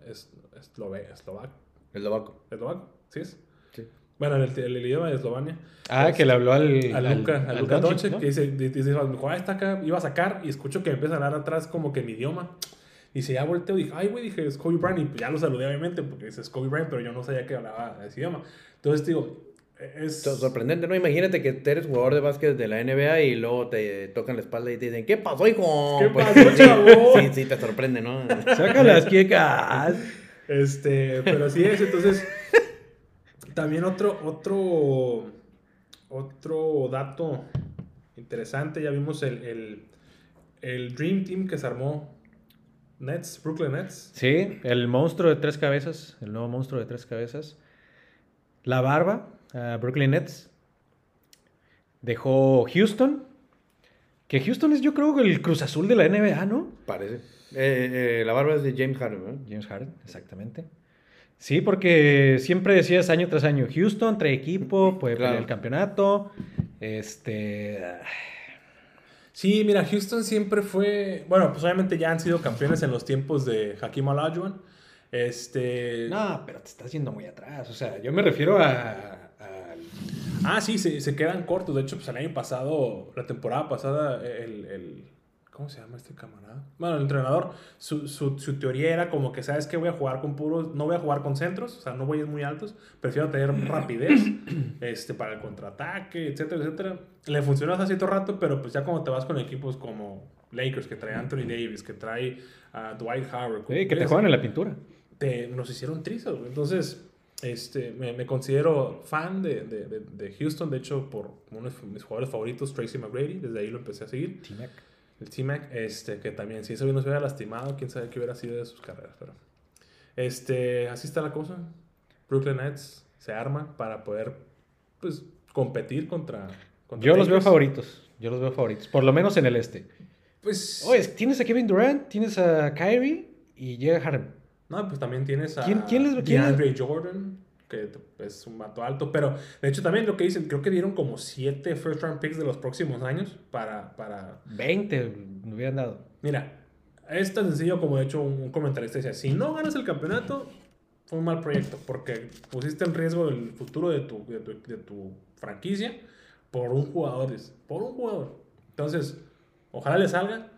Speaker 2: es, eslove- eslovaco,
Speaker 1: El Lobaco.
Speaker 2: eslovaco, ¿sí es?
Speaker 1: Sí.
Speaker 2: Bueno, el, el, el idioma de Eslovenia.
Speaker 3: Ah, que le habló al.
Speaker 2: a
Speaker 3: al-
Speaker 2: Luca, a
Speaker 3: al
Speaker 2: Luca Doncic,
Speaker 3: Doncic, ¿no?
Speaker 2: que dice, di- dice, me dijo, ah, está acá, iba a sacar, y escucho que empieza a hablar atrás como que mi idioma. Y se ya volteo, dije, ay, güey, dije, es Kobe Bryant, y pues ya lo saludé obviamente, porque dice, es Kobe Bryant, pero yo no sabía que hablaba ese idioma. Entonces, digo, es...
Speaker 1: So- Sorprendente, ¿no? Imagínate que eres jugador de básquet de la NBA y luego te tocan la espalda y te dicen, ¿qué pasó, hijo? Pues,
Speaker 2: ¿Qué pasó,
Speaker 1: sí,
Speaker 2: chavo?
Speaker 1: Sí, sí, te sorprende, ¿no?
Speaker 3: Saca las quecas.
Speaker 2: Este, pero así es, entonces, también otro, otro, otro dato interesante, ya vimos el, el, el Dream Team que se armó, Nets, Brooklyn Nets.
Speaker 3: Sí, el monstruo de tres cabezas, el nuevo monstruo de tres cabezas. La barba, a Brooklyn Nets. Dejó Houston. Que Houston es, yo creo, el Cruz Azul de la NBA, ¿no?
Speaker 1: Parece. Eh, eh, la barba es de James Harden, ¿no?
Speaker 3: James Harden, exactamente. Sí, porque siempre decías año tras año, Houston trae equipo, puede
Speaker 1: Claro.
Speaker 3: pelear el campeonato. Este. ah,
Speaker 2: Sí, mira, Houston siempre fue. Bueno, pues obviamente ya han sido campeones en los tiempos de Hakim Olajuwon. Este.
Speaker 3: No, pero te estás yendo muy atrás. O sea, yo me refiero a. a-
Speaker 2: Ah, sí, se, se quedan cortos. De hecho, pues el año pasado, la temporada pasada, el. el- ¿Cómo se llama este camarada? Bueno, el entrenador, su, su- su teoría era como que, ¿sabes qué? Voy a jugar con puros, no voy a jugar con centros, o sea, no voy a ir muy altos, prefiero tener rapidez este, para el contraataque, etcétera, etcétera. Le funcionó hace cierto rato, pero pues ya cuando te vas con equipos como Lakers, que trae Anthony Davis, que trae a Dwight Howard,
Speaker 3: Sí, que te
Speaker 2: Chris-
Speaker 3: juegan en la pintura.
Speaker 2: te- nos hicieron trizas, güey. Entonces, este, me, me considero fan de, de- de- de Houston. De hecho, por uno de mis jugadores favoritos, Tracy McGrady. Desde ahí lo empecé a seguir. El T-Mac, este, que también, si ese güey no se hubiera lastimado, quién sabe qué hubiera sido de sus carreras. Pero, este, así está la cosa. Brooklyn Nets se arma para poder, pues, competir contra... contra
Speaker 3: Yo los veo
Speaker 2: Lakers.
Speaker 3: favoritos. Yo los veo favoritos. Por lo menos en el este.
Speaker 2: Pues,
Speaker 3: Oye, tienes a Kevin Durant, tienes a Kyrie y llega Harden.
Speaker 2: no, pues también tienes a...
Speaker 3: ¿Quién- quién les- quién les-
Speaker 2: DeAndre Jordan. que es un vato alto. Pero de hecho, también lo que dicen, creo que dieron como siete first round picks de los próximos años para. para...
Speaker 3: 20 me hubieran dado.
Speaker 2: Mira, es tan sencillo como de hecho un comentarista decía: si no ganas el campeonato, fue un mal proyecto porque pusiste en riesgo el futuro de tu, de tu, de tu franquicia por un jugador. dice, Por un jugador. Entonces, ojalá le salga.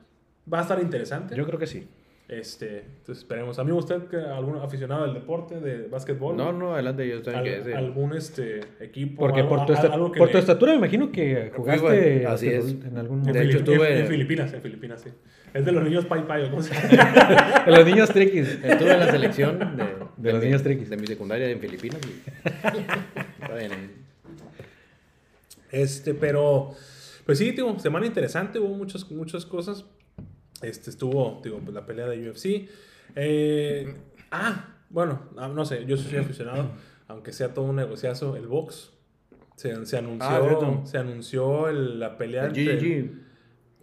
Speaker 2: Va a estar interesante.
Speaker 3: Yo creo que sí.
Speaker 2: Este, entonces esperemos. Amigo, usted que algún aficionado del deporte, de básquetbol,
Speaker 1: No, no, adelante, yo estoy
Speaker 2: al-
Speaker 1: que ese-
Speaker 2: algún este equipo,
Speaker 3: Porque
Speaker 2: algo-
Speaker 3: por tu,
Speaker 2: a-
Speaker 3: esta-
Speaker 2: algo que
Speaker 3: por tu
Speaker 2: le-
Speaker 3: estatura me imagino que jugaste
Speaker 1: bueno, así
Speaker 3: básquetbol
Speaker 1: es.
Speaker 3: en algún
Speaker 2: en,
Speaker 1: De
Speaker 3: momento.
Speaker 1: hecho,
Speaker 2: Fili-
Speaker 1: tuve-
Speaker 2: en Filipinas, en Filipinas, sí. Es de los niños pai pai, o cómo se llama.
Speaker 3: En los niños triquis.
Speaker 1: Estuve en la selección de,
Speaker 3: De los
Speaker 1: mi-
Speaker 3: niños triquis.
Speaker 1: De mi secundaria en Filipinas. y- Está bien.
Speaker 2: Este, pero, pues sí, digo, semana interesante, hubo muchas, muchas cosas. Este, estuvo, digo, pues, la pelea de UFC. Eh, ah, bueno, ah, no sé, yo soy aficionado, aunque sea todo un negociazo, el box. Se, se anunció,
Speaker 1: Ah, cierto.
Speaker 2: se anunció el- la pelea
Speaker 1: El
Speaker 2: entre-
Speaker 1: GG.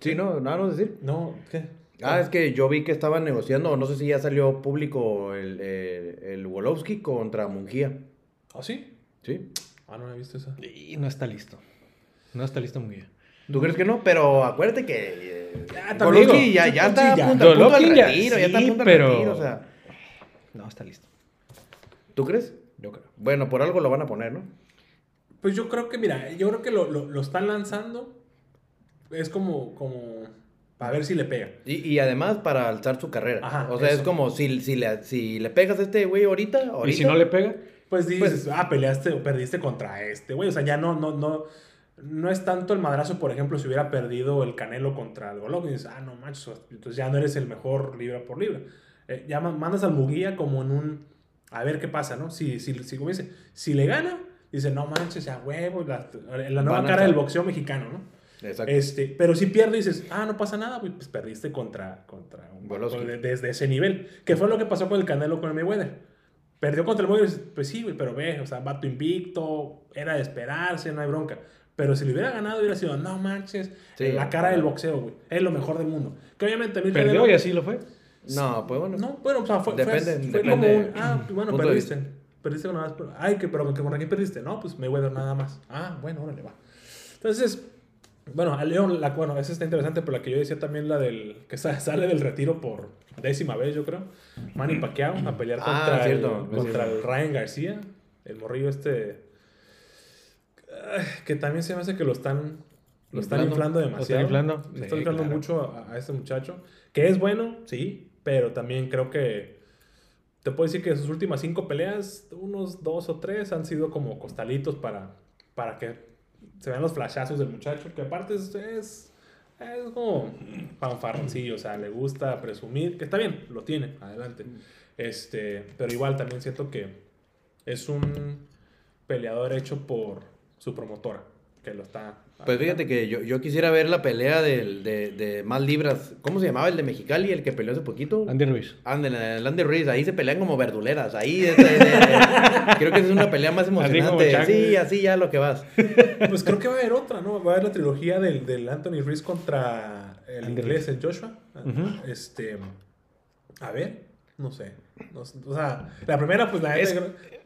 Speaker 1: Sí, no, nada más decir.
Speaker 2: No, ¿qué?
Speaker 1: Ah, es que yo vi que estaban negociando, no sé si ya salió público el, el, el Wolowski contra Mungía.
Speaker 2: ¿Ah, sí?
Speaker 1: ¿Sí?
Speaker 2: Ah, no he visto esa.
Speaker 3: Y no está listo. No está listo muy bien.
Speaker 1: ¿Tú crees que no? Pero acuérdate que. eh,
Speaker 2: Ya, también,
Speaker 1: Golovkin
Speaker 2: digo,
Speaker 1: ya, ya
Speaker 2: sí,
Speaker 1: está
Speaker 2: ya.
Speaker 1: a punto, a punto del
Speaker 3: Golovkin ya,
Speaker 1: retiro, ya está a
Speaker 3: sí,
Speaker 1: punto del
Speaker 3: pero-
Speaker 1: retiro, o sea,
Speaker 3: No está listo.
Speaker 1: ¿Tú crees?
Speaker 3: Yo creo.
Speaker 1: Bueno, por algo lo van a poner, ¿no?
Speaker 2: Pues yo creo que, mira, yo creo que lo, lo, lo están lanzando. Es como, como, para ver si le pega.
Speaker 1: Y, y además para alzar su carrera.
Speaker 2: Ajá,
Speaker 1: o sea, es
Speaker 2: eso.
Speaker 1: como si, si, le, si le pegas a este güey ahorita,
Speaker 3: ¿Y
Speaker 1: ahorita.
Speaker 3: si no le pega?
Speaker 2: Pues dices, ah, peleaste o perdiste contra este, güey. O sea, ya no, no, no. No es tanto el madrazo, por ejemplo, si hubiera perdido el Canelo contra el Golovkin. Dices, ah, no manches, entonces ya no eres el mejor libra por libra. Eh, ya ma- mandas al Muguía como en un. A ver qué pasa, ¿no? Si, si, si, como dice, si le gana, dice, no manches, a huevo, la, la nueva
Speaker 1: Van a
Speaker 2: cara del
Speaker 1: estar-
Speaker 2: boxeo mexicano, ¿no?
Speaker 1: Exacto.
Speaker 2: Este, pero si pierde dices, ah, no pasa nada, güey, pues perdiste contra, contra un
Speaker 1: Golovkin.
Speaker 2: con- desde ese nivel. Que fue lo que pasó con el Canelo con el Mayweather. Perdió contra el Mayweather, dices, pues sí, güey, pero ve, o sea, vato invicto, era de esperarse, no hay bronca. Pero si le hubiera ganado, hubiera sido, no manches,
Speaker 1: Sí.
Speaker 2: la cara del boxeo, güey, es lo mejor del mundo. Que obviamente también
Speaker 3: Perdió
Speaker 2: Canelo-
Speaker 3: y así lo fue.
Speaker 1: No, pues bueno.
Speaker 2: No, bueno, o sea, fue, fue-
Speaker 1: Depende-
Speaker 2: fue
Speaker 1: depende
Speaker 2: como un, ah, bueno,
Speaker 1: punto de
Speaker 2: perdiste. Perdiste con nada más. pero- Ay, que, pero con que con quién perdiste. No, pues Mayweather nada más. Ah, bueno, órale, va. Entonces, bueno, a León, la, bueno, esa está interesante, pero la que yo decía también, la del que sa- sale del retiro por décima vez, yo creo. Manny Pacquiao a pelear
Speaker 1: Ah,
Speaker 2: contra,
Speaker 1: cierto,
Speaker 2: el,
Speaker 1: es
Speaker 2: contra
Speaker 1: cierto.
Speaker 2: el Ryan García, el morrillo este. ah, Que también se me hace que lo están. Lo están inflando,
Speaker 3: Inflando.
Speaker 2: demasiado.
Speaker 3: Lo están inflando.
Speaker 2: Lo
Speaker 3: Sí,
Speaker 2: están inflando
Speaker 3: claro.
Speaker 2: mucho a, a este muchacho. Que es bueno, sí, pero también creo que te puedo decir que sus últimas cinco peleas, unos dos o tres, han sido como costalitos para, para que se vean los flashazos del muchacho, que aparte es, es, es como fanfarroncillo, o sea, le gusta presumir, que está bien, lo tiene, adelante. Este, pero igual también siento que es un peleador hecho por su promotora, que lo está...
Speaker 1: Pues fíjate que yo, yo quisiera ver la pelea del, de, de más libras. ¿Cómo se llamaba el de Mexicali, el que peleó hace poquito?
Speaker 3: Andy Ruiz.
Speaker 1: Ándale, el Andy Ruiz, ahí se pelean como verduleras, ahí es- es- es- creo que es una pelea más
Speaker 3: como
Speaker 1: emocionante.
Speaker 3: chango.
Speaker 1: sí, así ya lo que vas.
Speaker 2: Pues creo que va a haber otra, ¿no? Va a haber la trilogía del, del Anthony Ruiz contra el
Speaker 3: Andy
Speaker 2: inglés, el Joshua.
Speaker 3: Ujú.
Speaker 2: Este. A ver, no sé. No sé, o sea, la primera, pues nadie,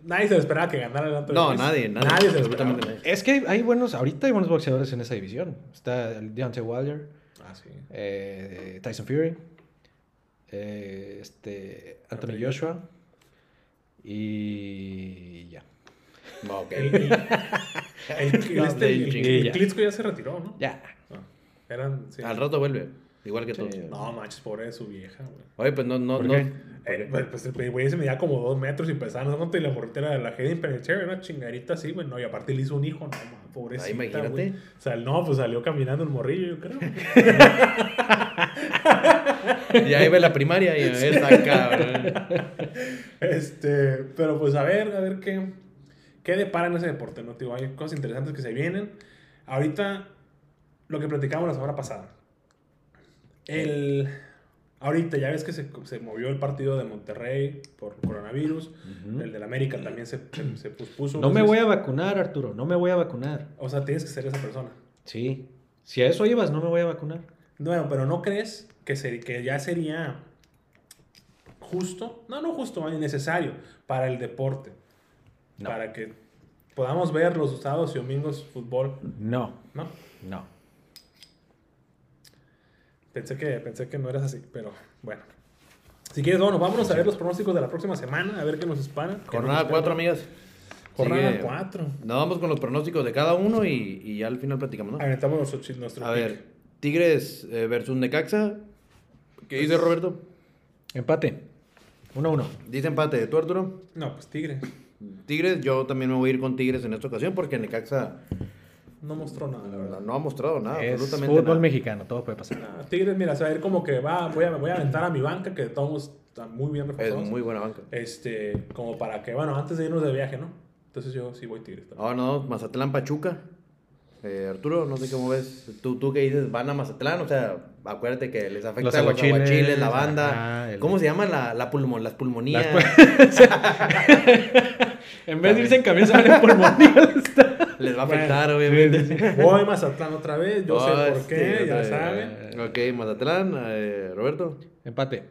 Speaker 2: nadie se lo esperaba que ganara el Anthony
Speaker 1: No,
Speaker 2: Ruiz.
Speaker 1: nadie, nadie,
Speaker 2: Nadie se lo esperaba.
Speaker 1: absolutamente nadie.
Speaker 3: Es que hay, hay buenos, ahorita hay buenos boxeadores en esa división. Está el Deontay Wilder,
Speaker 2: Ah, sí.
Speaker 3: eh, Tyson Fury, eh, este, Anthony Joshua y ya.
Speaker 1: No, ok.
Speaker 2: El, el, el-
Speaker 1: No,
Speaker 2: este, el-
Speaker 1: Beijing.
Speaker 2: el Klitschko ya se retiró, ¿no?
Speaker 3: Ya.
Speaker 2: Ah, eran. sí.
Speaker 1: Al rato vuelve, igual que todos.
Speaker 2: No, manches, pobre de su vieja, güey.
Speaker 1: Oye, pues no, no,
Speaker 3: ¿Por
Speaker 1: no.
Speaker 3: qué?
Speaker 2: Eh, pues, pues, el güey se medía como dos metros y pesaba, no sé cuánto, y la mortera de la Hayden Panettiere era una chingarita así, güey, no, y aparte le hizo un hijo, no, man, pobrecita,
Speaker 1: Ah, imagínate.
Speaker 2: güey. O sea, no, pues salió caminando el morrillo, yo creo.
Speaker 1: Ya ahí ve la primaria y esa cabrón.
Speaker 2: este, pero pues a ver, a ver qué, qué depara en ese deporte, ¿no? Te Digo, hay cosas interesantes que se vienen. Ahorita, lo que platicamos la semana pasada. El... Ahorita ya ves que se, se movió el partido de Monterrey por coronavirus. El del América también se, se, se pospuso.
Speaker 3: No me
Speaker 2: Entonces,
Speaker 3: voy a vacunar, Arturo, no me voy a vacunar.
Speaker 2: O sea, tienes que ser esa persona.
Speaker 3: Sí. Si a eso ibas, no me voy a vacunar.
Speaker 2: Bueno, pero ¿no crees que, se- que ya sería justo? No, no justo, más bien necesario para el deporte.
Speaker 3: No.
Speaker 2: para que podamos ver los sábados y domingos fútbol,
Speaker 3: No,
Speaker 2: ¿no?
Speaker 3: no.
Speaker 2: Pensé que, pensé que no eras así, pero bueno. Si quieres, bueno, vámonos a ver los pronósticos de la próxima semana, a ver qué nos espana.
Speaker 1: Jornada 4, amigas.
Speaker 2: Jornada
Speaker 1: Sigue.
Speaker 2: 4.
Speaker 1: Nos vamos con los pronósticos de cada uno y, y ya al final platicamos, ¿no?
Speaker 2: Aventamos nuestro, chi- nuestro
Speaker 1: A
Speaker 2: pick.
Speaker 1: ver, Tigres eh, versus Necaxa. ¿Qué dice Roberto?
Speaker 3: Empate. 1-1.
Speaker 1: Dice empate. ¿Tú, Arturo?
Speaker 2: No, pues Tigre.
Speaker 1: Tigres. Yo también me voy a ir con Tigres en esta ocasión porque Necaxa
Speaker 2: No mostró nada, la verdad.
Speaker 1: no ha mostrado nada,
Speaker 3: es
Speaker 1: Ah, absolutamente
Speaker 3: fútbol
Speaker 1: nada.
Speaker 3: mexicano, todo puede pasar.
Speaker 2: Ah, Tigres, mira, se va a ir como que va, voy a, voy a aventar a mi banca, que todos están muy bien
Speaker 1: Es
Speaker 2: reforzados.
Speaker 1: muy buena banca.
Speaker 2: Este, como para que, bueno, antes de irnos de viaje, ¿no? Entonces yo sí voy Tigres también.
Speaker 1: Ahora no, Mazatlán Pachuca. Eh, Arturo, no sé cómo ves. Tú, tú que dices, van a Mazatlán, o sea, acuérdate que les afecta los
Speaker 3: Los aguachiles,
Speaker 1: aguachiles, la banda.
Speaker 3: ajá, el-
Speaker 1: ¿Cómo se llama la, la pulmon- las pulmonías?
Speaker 3: En vez de irse en camión, se van en pulmonías.
Speaker 1: Les va a afectar,
Speaker 2: Bueno,
Speaker 1: obviamente.
Speaker 2: Voy a Mazatlán otra vez, yo
Speaker 1: Ah,
Speaker 2: sé por
Speaker 1: este,
Speaker 2: qué, ya
Speaker 1: otra-
Speaker 2: saben.
Speaker 1: Ok, Mazatlán, eh, Roberto.
Speaker 3: Empate.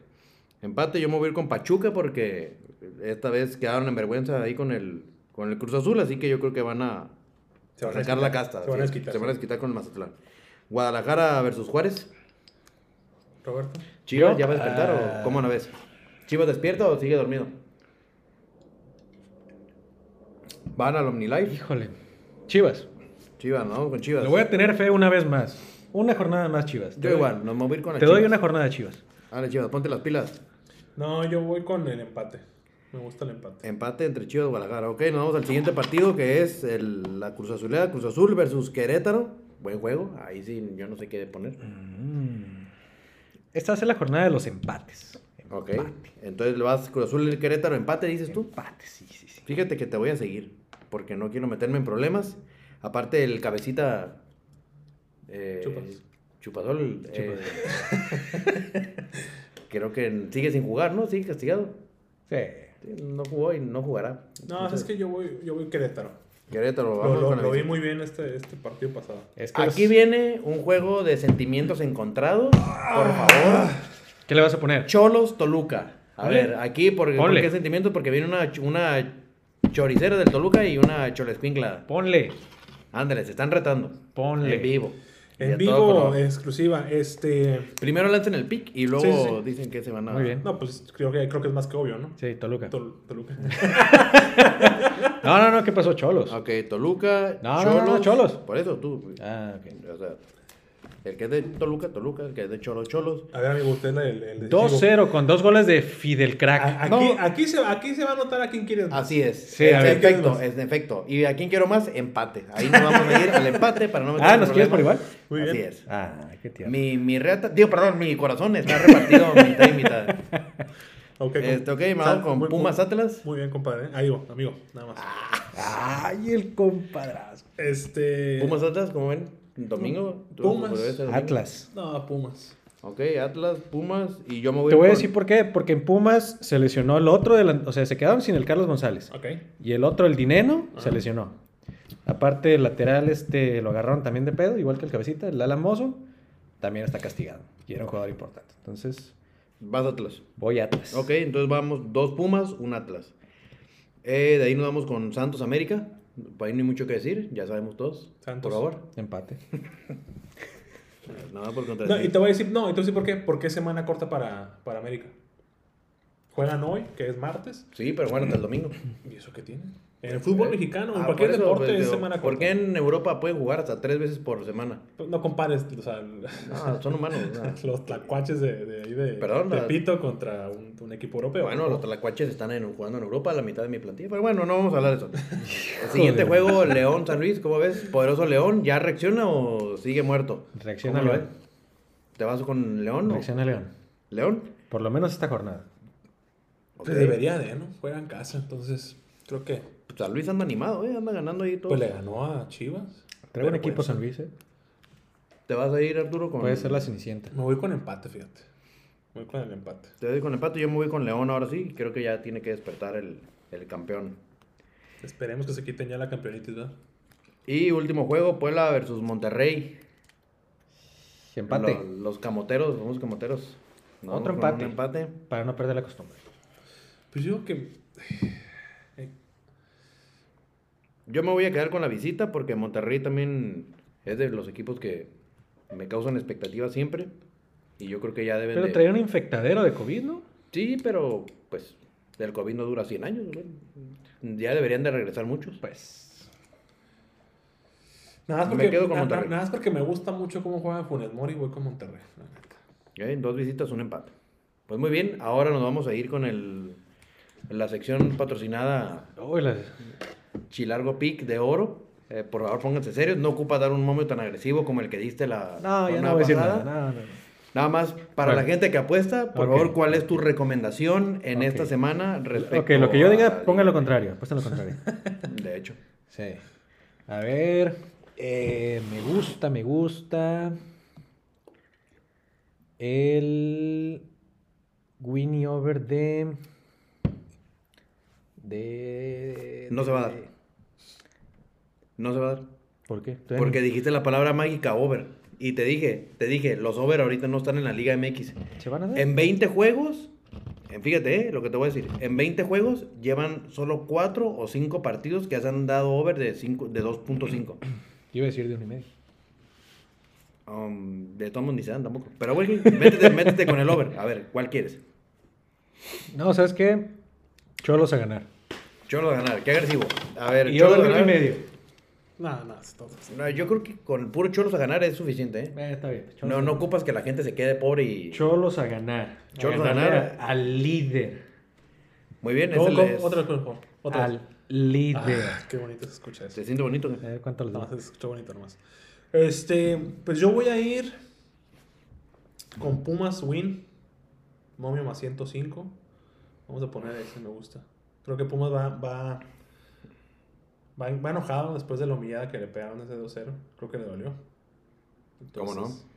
Speaker 1: Empate, yo me voy a ir con Pachuca porque esta vez quedaron en vergüenza ahí con el, con el Cruz Azul, así que yo creo que van a,
Speaker 2: Se van a
Speaker 1: sacar
Speaker 2: desquitar,
Speaker 1: la casta.
Speaker 2: Se van a
Speaker 1: sí,
Speaker 2: desquitar.
Speaker 1: se van a desquitar con el Mazatlán. Guadalajara versus Juárez.
Speaker 2: Roberto.
Speaker 1: ¿Chivas
Speaker 3: ¿Yo?
Speaker 1: ya va a despertar
Speaker 3: Ah.
Speaker 1: o cómo no ves? ¿Chivas despierta o sigue dormido? Van al OmniLife.
Speaker 3: Híjole. Chivas.
Speaker 1: Chivas, ¿no? Con Chivas.
Speaker 3: Le voy a tener fe una vez más. Una jornada más, Chivas. Te
Speaker 1: Yo
Speaker 3: doy-
Speaker 1: igual, nos vamos a ir con las
Speaker 3: Te doy
Speaker 1: Chivas.
Speaker 3: una jornada, Chivas.
Speaker 1: Dale, Chivas, ponte las pilas.
Speaker 2: No, yo voy con el empate. Me gusta el empate.
Speaker 1: Empate entre Chivas y Guadalajara. Ok, nos vamos al siguiente partido que es el- la Cruz Azulera, Cruz Azul versus Querétaro. Buen juego. Ahí sí, yo no sé qué poner.
Speaker 3: Esta va a ser la jornada de los empates.
Speaker 1: Ok. Entonces le vas Cruz Azul y Querétaro. Empate, dices tú.
Speaker 3: Empates, sí, sí, sí.
Speaker 1: Fíjate que te voy a seguir, porque no quiero meterme en problemas. Aparte, el cabecita. Eh,
Speaker 2: Chupas.
Speaker 1: Chupadol. eh,
Speaker 3: Chupas.
Speaker 1: creo que sigue sin jugar, ¿no? Sigue castigado.
Speaker 3: Sí.
Speaker 1: Sí, No jugó y no jugará.
Speaker 2: No, es que yo voy, yo voy Querétaro.
Speaker 1: Querétaro,
Speaker 2: Lo,
Speaker 1: vamos
Speaker 2: lo-
Speaker 1: con la
Speaker 2: lo pues. vi
Speaker 1: visita.
Speaker 2: muy bien este, este partido pasado.
Speaker 3: Es que
Speaker 1: Aquí
Speaker 3: los-
Speaker 1: viene un juego de sentimientos encontrados. Por
Speaker 2: Ah.
Speaker 1: favor.
Speaker 3: ¿Qué le vas a poner?
Speaker 1: Cholos Toluca. A
Speaker 3: Ponle.
Speaker 1: ver, aquí, porque,
Speaker 3: Ponle.
Speaker 1: ¿por qué sentimientos? Porque viene una, ch- una choricera del Toluca y una cholescuincla.
Speaker 3: Ponle.
Speaker 1: Ándale, se están retando.
Speaker 3: Ponle.
Speaker 1: En vivo. Y
Speaker 2: En
Speaker 1: a todo
Speaker 2: vivo,
Speaker 1: color.
Speaker 2: exclusiva. Este.
Speaker 1: Primero lanzan el pick y luego
Speaker 2: Sí, sí, sí.
Speaker 1: dicen que se van a.
Speaker 3: Muy bien.
Speaker 2: No, pues creo que, creo que es más que obvio, ¿no?
Speaker 3: Sí, Toluca.
Speaker 2: Tol- Toluca.
Speaker 3: No, no, no, ¿qué pasó, Cholos?
Speaker 1: Ok, Toluca.
Speaker 3: No, no, no, no, Cholos.
Speaker 1: Por eso tú.
Speaker 3: Ah, ok.
Speaker 1: O sea, el que es de Toluca, Toluca. El que es de Cholos, Cholos.
Speaker 2: A ver, amigo, usted el, el decisivo.
Speaker 3: 2-0 con dos goles de Fidel
Speaker 2: A-
Speaker 3: Crack.
Speaker 2: Aquí,
Speaker 1: No.
Speaker 2: aquí, se, aquí se va a notar a quién quieres. más.
Speaker 1: Así es.
Speaker 3: Sí,
Speaker 1: en
Speaker 3: a ver,
Speaker 1: efecto,
Speaker 2: ¿quién
Speaker 1: en efecto. ¿Y a quién quiero más? Empate. Ahí nos vamos a ir al empate para no meter
Speaker 3: Ah, ¿nos quieres por igual?
Speaker 2: Muy
Speaker 1: Así
Speaker 2: bien.
Speaker 1: es.
Speaker 3: Ah, qué tío.
Speaker 1: Mi, mi reata, digo, perdón, mi corazón está repartido mitad y mitad.
Speaker 2: Ok,
Speaker 1: Este, ok, me
Speaker 2: Sal-
Speaker 1: hago con
Speaker 2: muy-
Speaker 1: Pumas
Speaker 2: muy-
Speaker 1: Atlas. Ah.
Speaker 2: Muy bien, compadre. ¿eh? Ahí va, amigo, nada más.
Speaker 3: Ay, el compadrazgo.
Speaker 2: Este.
Speaker 1: Pumas Atlas, ¿cómo ven? ¿Domingo? ¿Tú-
Speaker 2: Pumas.
Speaker 1: tú ves el domingo?
Speaker 3: Atlas.
Speaker 2: No, Pumas.
Speaker 1: Ok, Atlas, Pumas y yo me voy
Speaker 3: Te voy a
Speaker 1: con-
Speaker 3: decir por qué. Porque en Pumas se lesionó el otro, delan- o sea, se quedaron sin el Carlos González.
Speaker 2: Ok.
Speaker 3: Y el otro, el Dineno, se lesionó. Aparte, el lateral este, lo agarraron también de pedo, igual que el cabecita, el Alamoso, también está castigado. Y era un jugador importante. Entonces,
Speaker 1: Vas Atlas.
Speaker 3: voy a Atlas.
Speaker 1: Ok, entonces vamos dos Pumas, un Atlas. Eh, de ahí nos vamos con Santos América. Por ahí no hay mucho que decir, ya sabemos todos. Por
Speaker 2: Santos.
Speaker 1: favor.
Speaker 3: Empate.
Speaker 1: Nada por
Speaker 2: No, y
Speaker 1: contradecir.
Speaker 2: te voy a decir, no, y te voy a decir por qué. Porque es semana corta para, para América. Juegan hoy, que es martes.
Speaker 1: Sí, pero bueno, hasta el domingo.
Speaker 2: ¿Y eso qué tiene? En el fútbol mexicano, en
Speaker 1: Ah,
Speaker 2: cualquier
Speaker 1: por eso,
Speaker 2: deporte
Speaker 1: pues,
Speaker 2: es
Speaker 1: digo,
Speaker 2: semana corta.
Speaker 1: ¿Por qué en Europa pueden jugar hasta tres veces por semana?
Speaker 2: No compares, o sea, el-
Speaker 1: No, son humanos. no.
Speaker 2: los tlacuaches de, de, ahí de,
Speaker 1: Perdón,
Speaker 2: de
Speaker 1: la-
Speaker 2: Pito contra un, un equipo europeo.
Speaker 1: Bueno, los tlacuaches están en- jugando en Europa, la mitad de mi plantilla. Pero bueno, no vamos a hablar de eso. El siguiente juego, León San Luis, ¿cómo ves? ¿Poderoso León ya reacciona o sigue muerto?
Speaker 3: Reacciona
Speaker 1: ¿Cómo lo
Speaker 3: León.
Speaker 1: ves? ¿Te vas con León? o-
Speaker 3: Reacciona León.
Speaker 1: ¿León?
Speaker 3: Por lo menos esta jornada.
Speaker 1: Ok.
Speaker 2: Pues debería de, ¿no? Juega en casa, entonces creo que.
Speaker 1: Pues, San Luis anda animado, ¿eh? Anda ganando ahí todo.
Speaker 2: Pues le ganó a Chivas.
Speaker 3: Trae un
Speaker 2: Pero
Speaker 3: equipo
Speaker 2: pues,
Speaker 3: San Luis, ¿eh?
Speaker 1: ¿Te vas a ir, Arturo? Con...
Speaker 3: Puede ser la Cenicienta.
Speaker 2: Me voy con empate, fíjate. Me voy con el empate.
Speaker 1: Te doy con el pato, yo me voy con León ahora sí. Creo que ya tiene que despertar el, el campeón.
Speaker 2: Esperemos que se quiten ya la campeonitis, ¿verdad?
Speaker 1: Y último juego, Puebla versus Monterrey.
Speaker 3: Empate.
Speaker 1: Lo- los camoteros, somos camoteros. Nos
Speaker 3: Otro
Speaker 1: vamos con
Speaker 3: empate.
Speaker 1: Un empate.
Speaker 3: Para no perder la costumbre.
Speaker 2: Pues yo que.
Speaker 1: Yo me voy a quedar con la visita porque Monterrey también es de los equipos que me causan expectativa siempre. Y yo creo que ya deben
Speaker 3: Pero
Speaker 1: de-
Speaker 3: traía un infectadero de COVID, ¿no?
Speaker 1: Sí, pero pues el COVID no dura 100 años. güey. Ya deberían de regresar muchos.
Speaker 3: Pues.
Speaker 2: Nada más,
Speaker 1: Me
Speaker 2: porque,
Speaker 1: quedo con
Speaker 2: na- na-
Speaker 1: Monterrey.
Speaker 2: nada más porque me gusta mucho cómo juega Funes Mori, voy con Monterrey. la neta.
Speaker 1: Ok, Eh, Dos visitas, un empate. Pues muy bien, ahora nos vamos a ir con el, la sección patrocinada
Speaker 3: uy, la-
Speaker 1: Chilargo Pick de Oro. Eh, por favor, pónganse serios. No ocupa dar un momio tan agresivo como el que diste la.
Speaker 3: No, ya
Speaker 1: jornada
Speaker 3: no voy a decir
Speaker 1: pasada.
Speaker 3: nada. no, no, no.
Speaker 1: Nada más, para
Speaker 3: Bueno.
Speaker 1: la gente que apuesta, por
Speaker 3: Ok.
Speaker 1: favor, ¿cuál es tu recomendación en
Speaker 3: Ok.
Speaker 1: esta semana respecto
Speaker 3: Ok, lo que yo diga,
Speaker 1: a-
Speaker 3: pongan lo contrario. Apuesten lo contrario.
Speaker 1: De hecho.
Speaker 3: Sí. A ver. eh, me gusta, me gusta. El Winnie Over de. De.
Speaker 1: No se va a dar.
Speaker 3: de-
Speaker 1: No se va a dar.
Speaker 3: ¿Por qué?
Speaker 1: Porque dijiste la palabra mágica over. Y te dije, te dije, los over ahorita no están en la Liga MX.
Speaker 3: ¿Se van a dar?
Speaker 1: En 20 juegos, en- fíjate eh, lo que te voy a decir, en 20 juegos llevan solo 4 o 5 partidos que se han dado over de, cinco- de 2.5.
Speaker 3: Yo iba a decir de uno y medio.
Speaker 1: Um, de todos modos ni se dan tampoco. Pero güey, métete, métete con el over. A ver, ¿cuál quieres?
Speaker 3: No, ¿sabes qué? Cholos a ganar.
Speaker 1: Cholo a ganar, qué agresivo. A ver,
Speaker 3: Y
Speaker 1: Cholos
Speaker 3: over
Speaker 1: a
Speaker 3: de uno y
Speaker 1: ganar.
Speaker 3: medio.
Speaker 2: Nada, nada, es todo. sí.
Speaker 1: No, yo creo que con el puro cholos a ganar es suficiente, ¿eh?
Speaker 3: Eh, está bien. Cholos
Speaker 1: No, no
Speaker 3: a-
Speaker 1: ocupas que la gente se quede pobre y...
Speaker 3: Cholos a ganar.
Speaker 1: Cholos a
Speaker 3: ganarle
Speaker 1: ganar.
Speaker 3: a- Al líder.
Speaker 1: Muy bien,
Speaker 2: ¿Cómo,
Speaker 1: ese
Speaker 2: cómo?
Speaker 1: les-
Speaker 2: Otra vez, por favor. Otra vez.
Speaker 3: Al líder.
Speaker 2: Ah, qué bonito se escucha eso.
Speaker 1: Se siente bonito. güey.
Speaker 2: Eh.
Speaker 3: A ver cuánto les
Speaker 2: No,
Speaker 3: da.
Speaker 2: se escuchó bonito nomás. Este, pues yo voy a ir con Pumas Win. Momio más 105. Vamos a poner ese, me gusta. Creo que Pumas va, va, va, va enojado después de la humillada que le pegaron ese 2-0. Creo que le dolió.
Speaker 1: ¿Cómo no?
Speaker 2: Entonces,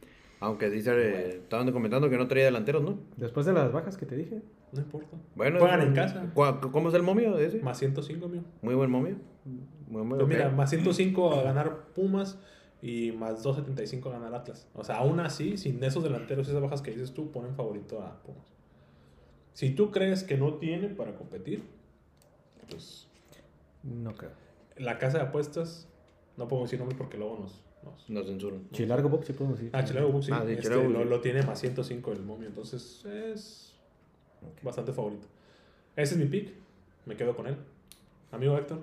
Speaker 1: Aunque dice, eh, estaban comentando que no traía delanteros, ¿no?
Speaker 3: Después de las bajas que te dije.
Speaker 2: No importa.
Speaker 1: Bueno,
Speaker 2: Juegan en
Speaker 1: eh,
Speaker 2: casa.
Speaker 1: ¿cuá- ¿Cómo es el momio ese?
Speaker 2: Más 105, mío.
Speaker 1: Muy buen momio. Muy buen,
Speaker 2: Pues
Speaker 1: ok.
Speaker 2: mira, más 105 a ganar Pumas y más 275 a ganar Atlas. O sea, aún así, sin esos delanteros, esas bajas que dices tú, ponen favorito a Pumas. Si tú crees que no tiene para competir, pues
Speaker 3: No creo.
Speaker 2: la casa de apuestas, no puedo decir nombre porque luego nos... nos...
Speaker 1: No censuran.
Speaker 2: Pues,
Speaker 3: Chilargo Pop, sí podemos decir.
Speaker 2: Ah, Chilago Bucks, sí,
Speaker 1: Ah, sí,
Speaker 2: este,
Speaker 1: Chilago Bucks,
Speaker 2: lo,
Speaker 1: sí.
Speaker 2: lo tiene más 105 el momio, entonces es bastante favorito. Ese es mi pick, me quedo con él. Amigo Héctor.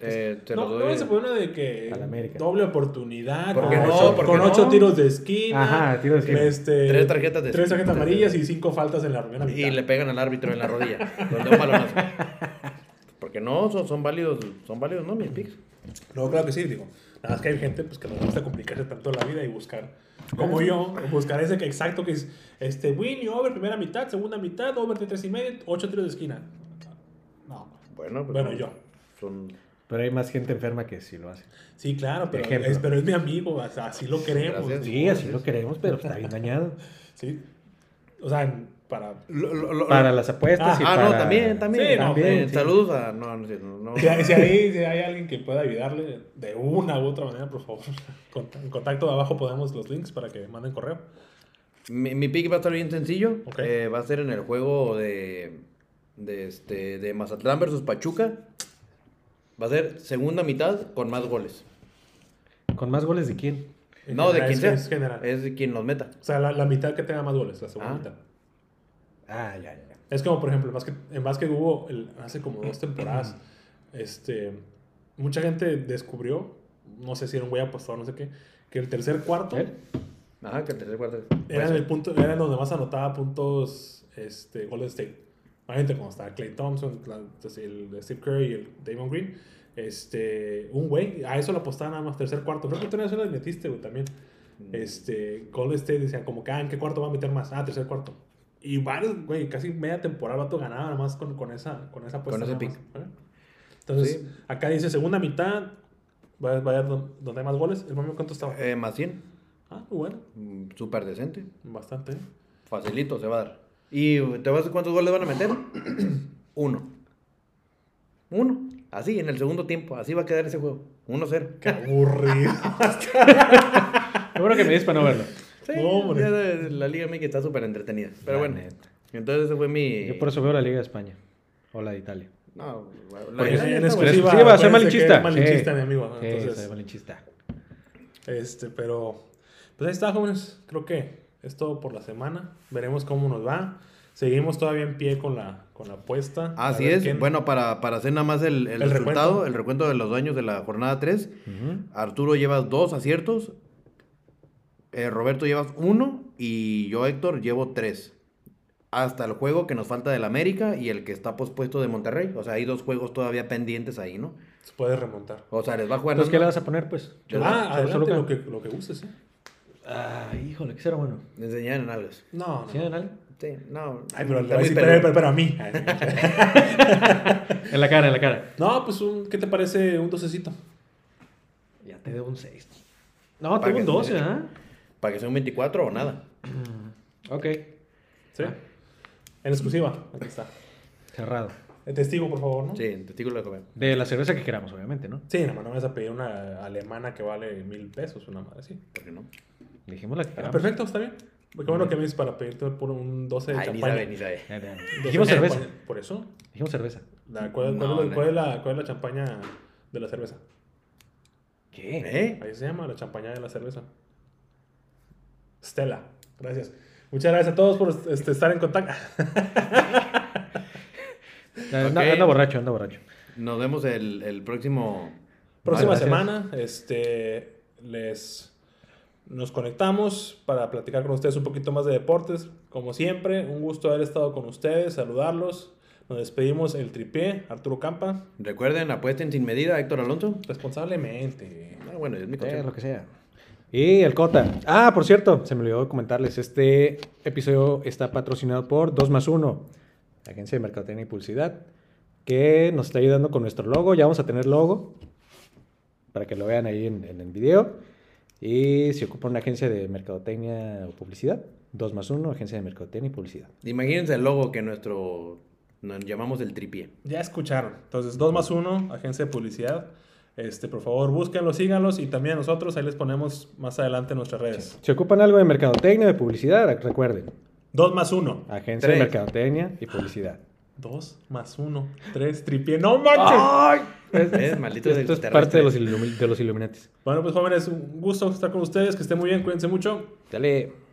Speaker 1: Eh, te
Speaker 2: No,
Speaker 1: lo
Speaker 2: no
Speaker 1: doy.
Speaker 2: se pone una de que
Speaker 3: Al América.
Speaker 2: doble oportunidad
Speaker 1: ¿Por
Speaker 2: con,
Speaker 1: qué no?
Speaker 2: ocho,
Speaker 1: ¿Por qué
Speaker 2: con
Speaker 1: no?
Speaker 2: ocho tiros de esquina.
Speaker 3: Ajá, tiro de esquina.
Speaker 2: este,
Speaker 1: Tres tarjetas de
Speaker 2: tres tarjetas
Speaker 1: de-
Speaker 2: amarillas y cinco faltas en la primera mitad.
Speaker 1: Y le pegan al árbitro en la rodilla. con un balonazo. Porque no, son, son válidos, son válidos, ¿no? Mis picks.
Speaker 2: No, claro que sí, digo. Nada más que hay gente pues, que nos gusta complicarse tanto la vida y buscar, como yo, buscar ese que exacto que es este win y over, primera mitad, segunda mitad, over de tres y medio, ocho tiros de esquina. No.
Speaker 1: Bueno, pues,
Speaker 2: Bueno,
Speaker 1: son-
Speaker 2: yo.
Speaker 1: Son...
Speaker 3: Pero hay más gente enferma que sí lo hace.
Speaker 2: Sí, claro, pero
Speaker 3: Ejemplo.
Speaker 2: es, pero es mi amigo, o sea, así lo queremos.
Speaker 1: Gracias.
Speaker 3: Sí, así lo queremos, pero está bien dañado.
Speaker 2: Sí. O sea, para
Speaker 1: Lo- lo- lo-
Speaker 3: Para las apuestas y
Speaker 1: Ah,
Speaker 3: para...
Speaker 1: no, también, también.
Speaker 2: Sí, no,
Speaker 1: También,
Speaker 3: sí.
Speaker 1: Saludos a. No, no, sí, no, no.
Speaker 2: Si hay, si hay- si hay alguien que pueda ayudarle de una u otra manera, por favor, con- en contacto de abajo podemos los links para que manden correo.
Speaker 1: Mi, mi pick va a estar bien sencillo.
Speaker 2: Ok.
Speaker 1: Eh, va a ser en el juego de, de, este, de Mazatlán versus Pachuca. Va a ser segunda mitad con más goles.
Speaker 3: ¿Con más goles de quién?
Speaker 2: En
Speaker 1: no, de
Speaker 2: general,
Speaker 1: quien
Speaker 2: es-
Speaker 1: sea.
Speaker 2: Es general.
Speaker 1: Es de quien nos meta.
Speaker 2: O sea, la, la mitad que tenga más goles, la segunda
Speaker 1: Ah.
Speaker 2: mitad.
Speaker 3: Ah, ya, ya. ya.
Speaker 2: Es como, por ejemplo, en básquet, en básquet hubo el- hace como dos temporadas, este, mucha gente descubrió, no sé si era un güey apostador, no sé qué, que el tercer cuarto
Speaker 3: ¿Eh?
Speaker 1: Ajá, que el tercer cuarto.
Speaker 2: era en el punto, era en donde más anotaba puntos este, Golden State. Obviamente, como estaba Clay Thompson, la- entonces, el Steve Curry y el Damon Green, este, un güey, a eso lo apostaba nada más tercer cuarto. Creo que tú en eso lo metiste, güey, también.
Speaker 1: Mm.
Speaker 2: Este, Golden State decía, como que, ah, ¿en qué cuarto va a meter más? Ah, tercer cuarto. Y varios, güey, casi media temporada, vato ganaba nada más con, con esa, con esa apuesta.
Speaker 1: Con ese
Speaker 2: nada
Speaker 1: pick.
Speaker 2: más, ¿eh? Entonces,
Speaker 1: Sí.
Speaker 2: acá dice segunda mitad, va a va a haber don- donde hay más goles. El momio, ¿cuánto estaba?
Speaker 1: Eh, más 100.
Speaker 2: Ah, bueno,
Speaker 1: Mm, Súper decente.
Speaker 2: bastante, ¿eh?
Speaker 1: Facilito se va a dar. ¿Y te vas a cuántos goles van a meter? Uno. Uno. Así, en el segundo tiempo. Así va a quedar ese juego. 1-0.
Speaker 2: Qué aburrido.
Speaker 3: Qué bueno que me dices para no verlo.
Speaker 1: Sí,
Speaker 2: No, hombre.
Speaker 1: ya la, la Liga MX está súper entretenida. Pero
Speaker 3: La
Speaker 1: bueno.
Speaker 3: neta.
Speaker 1: Entonces ese fue mi...
Speaker 3: Yo por eso veo la Liga de España. O la de Italia.
Speaker 1: No, la
Speaker 3: Porque
Speaker 1: neta
Speaker 3: en
Speaker 1: está
Speaker 2: en
Speaker 1: buena.
Speaker 2: exclusiva.
Speaker 3: exclusiva, soy
Speaker 2: acuérdense
Speaker 3: malinchista.
Speaker 2: que es malinchista,
Speaker 3: Sí.
Speaker 2: mi amigo.
Speaker 3: Sí,
Speaker 2: Entonces,
Speaker 3: soy malinchista.
Speaker 2: Este, pero. Pues ahí está, jóvenes. Creo que es todo por la semana. Veremos cómo nos va. Seguimos todavía en pie con la, con la apuesta. A
Speaker 1: Así
Speaker 2: ver
Speaker 1: es.
Speaker 2: quién-
Speaker 1: Bueno, para, para hacer nada más el, el
Speaker 2: El
Speaker 1: resultado,
Speaker 2: recuento.
Speaker 1: el recuento de los dueños de la jornada 3,
Speaker 3: Ujú.
Speaker 1: Arturo llevas dos aciertos, eh, Roberto llevas uno y yo, Héctor, llevo tres. Hasta el juego que nos falta del América y el que está pospuesto de Monterrey. O sea, hay dos juegos todavía pendientes ahí, ¿no?
Speaker 2: Se puede remontar.
Speaker 1: O sea, les va a jugar.
Speaker 3: Entonces, ¿qué le
Speaker 1: Nando.
Speaker 3: vas a poner, pues?
Speaker 1: Yo-
Speaker 2: ah,
Speaker 3: yo-
Speaker 2: adelante,
Speaker 3: solo-
Speaker 2: lo que, lo que uses, ¿eh?
Speaker 3: Ah, híjole, que será bueno.
Speaker 1: Me enseñaron en algo.
Speaker 2: No, no.
Speaker 3: ¿Sí, Daniel?
Speaker 1: Sí, no.
Speaker 2: Ay,
Speaker 1: está
Speaker 2: pero, le voy a
Speaker 1: muy
Speaker 2: decir,
Speaker 1: pelón.
Speaker 2: pero, pero- pero a mí. Ay, sí.
Speaker 3: En la cara, en la cara.
Speaker 2: No, pues, un, ¿qué te parece un docecito?
Speaker 3: Ya te debo un 6. No,
Speaker 1: Para
Speaker 3: tengo un
Speaker 1: que-
Speaker 3: 12, ¿ah?
Speaker 1: Para que sea un 24 o nada.
Speaker 3: Ok,
Speaker 2: ¿Sí?
Speaker 1: Ah.
Speaker 2: En exclusiva. Aquí está.
Speaker 3: cerrado.
Speaker 2: El testigo, por favor, ¿no?
Speaker 1: Sí, testigo de la joven.
Speaker 3: De la cerveza que queramos, obviamente, ¿no?
Speaker 2: Sí, nada más no me vas a pedir una alemana que vale mil pesos, una madre, sí.
Speaker 1: ¿Por qué no?
Speaker 3: Dijimos la que
Speaker 2: Ah,
Speaker 3: queramos.
Speaker 2: perfecto, está bien. Porque bueno que me dices para pedirte por un 12
Speaker 1: Ay,
Speaker 2: de
Speaker 1: ni
Speaker 2: champaña.
Speaker 1: sabe, ni sabe.
Speaker 3: Ya, ya.
Speaker 2: 12 de
Speaker 3: Dijimos cerveza.
Speaker 2: champaña. Por eso.
Speaker 3: Dijimos cerveza.
Speaker 2: La- ¿Cuál, cuál
Speaker 1: No, no.
Speaker 2: es, la- cuál es la, cuál es la champaña de la cerveza?
Speaker 3: ¿Qué?
Speaker 1: ¿Eh?
Speaker 2: Ahí se llama la champaña de la cerveza. Stella. Gracias. Muchas gracias a todos por este, estar en contacto.
Speaker 1: Ah,
Speaker 3: Anda,
Speaker 1: Ok.
Speaker 3: anda borracho, anda borracho.
Speaker 1: Nos vemos el, el próximo.
Speaker 2: Próxima
Speaker 3: Vale, gracias.
Speaker 2: semana, este, les nos conectamos para platicar con ustedes un poquito más de deportes. Como siempre, un gusto haber estado con ustedes, saludarlos. Nos despedimos el tripié, Arturo Campa,
Speaker 1: Recuerden, apuesten sin medida, Héctor Alonso.
Speaker 2: responsablemente.
Speaker 1: Ah, bueno, es mi
Speaker 3: Eh,
Speaker 1: consejo.
Speaker 3: lo que sea. Y el Cota. Ah, por cierto, se me olvidó comentarles. Este episodio está patrocinado por 2 más 1, Agencia de Mercadotecnia y Publicidad, que nos está ayudando con nuestro logo. Ya vamos a tener logo para que lo vean ahí en, en el video. Y si ocupa una agencia de mercadotecnia o publicidad, 2 más 1, Agencia de Mercadotecnia y Publicidad.
Speaker 1: Imagínense el logo que nuestro. Nos llamamos el tripié.
Speaker 2: Ya escucharon. Entonces, 2 más 1, agencia de publicidad. Este, por favor, búsquenlos, síganlos y también a nosotros, ahí les ponemos más adelante en nuestras redes.
Speaker 3: Si ocupan algo de mercadotecnia o de publicidad, recuerden,
Speaker 2: 2 más 1.
Speaker 3: Agencia
Speaker 1: Tres.
Speaker 3: de Mercadotecnia y Publicidad.
Speaker 2: 2 más 1, 3 tripié. ¡No manches!
Speaker 1: ¡Ay! ¿Ves? Maldito
Speaker 3: Esto es
Speaker 1: extraterrestre.
Speaker 3: parte de los, ilumi- de los Illuminatis.
Speaker 2: Bueno, pues jóvenes, un gusto estar con ustedes, que estén muy bien, cuídense mucho.
Speaker 3: Dale.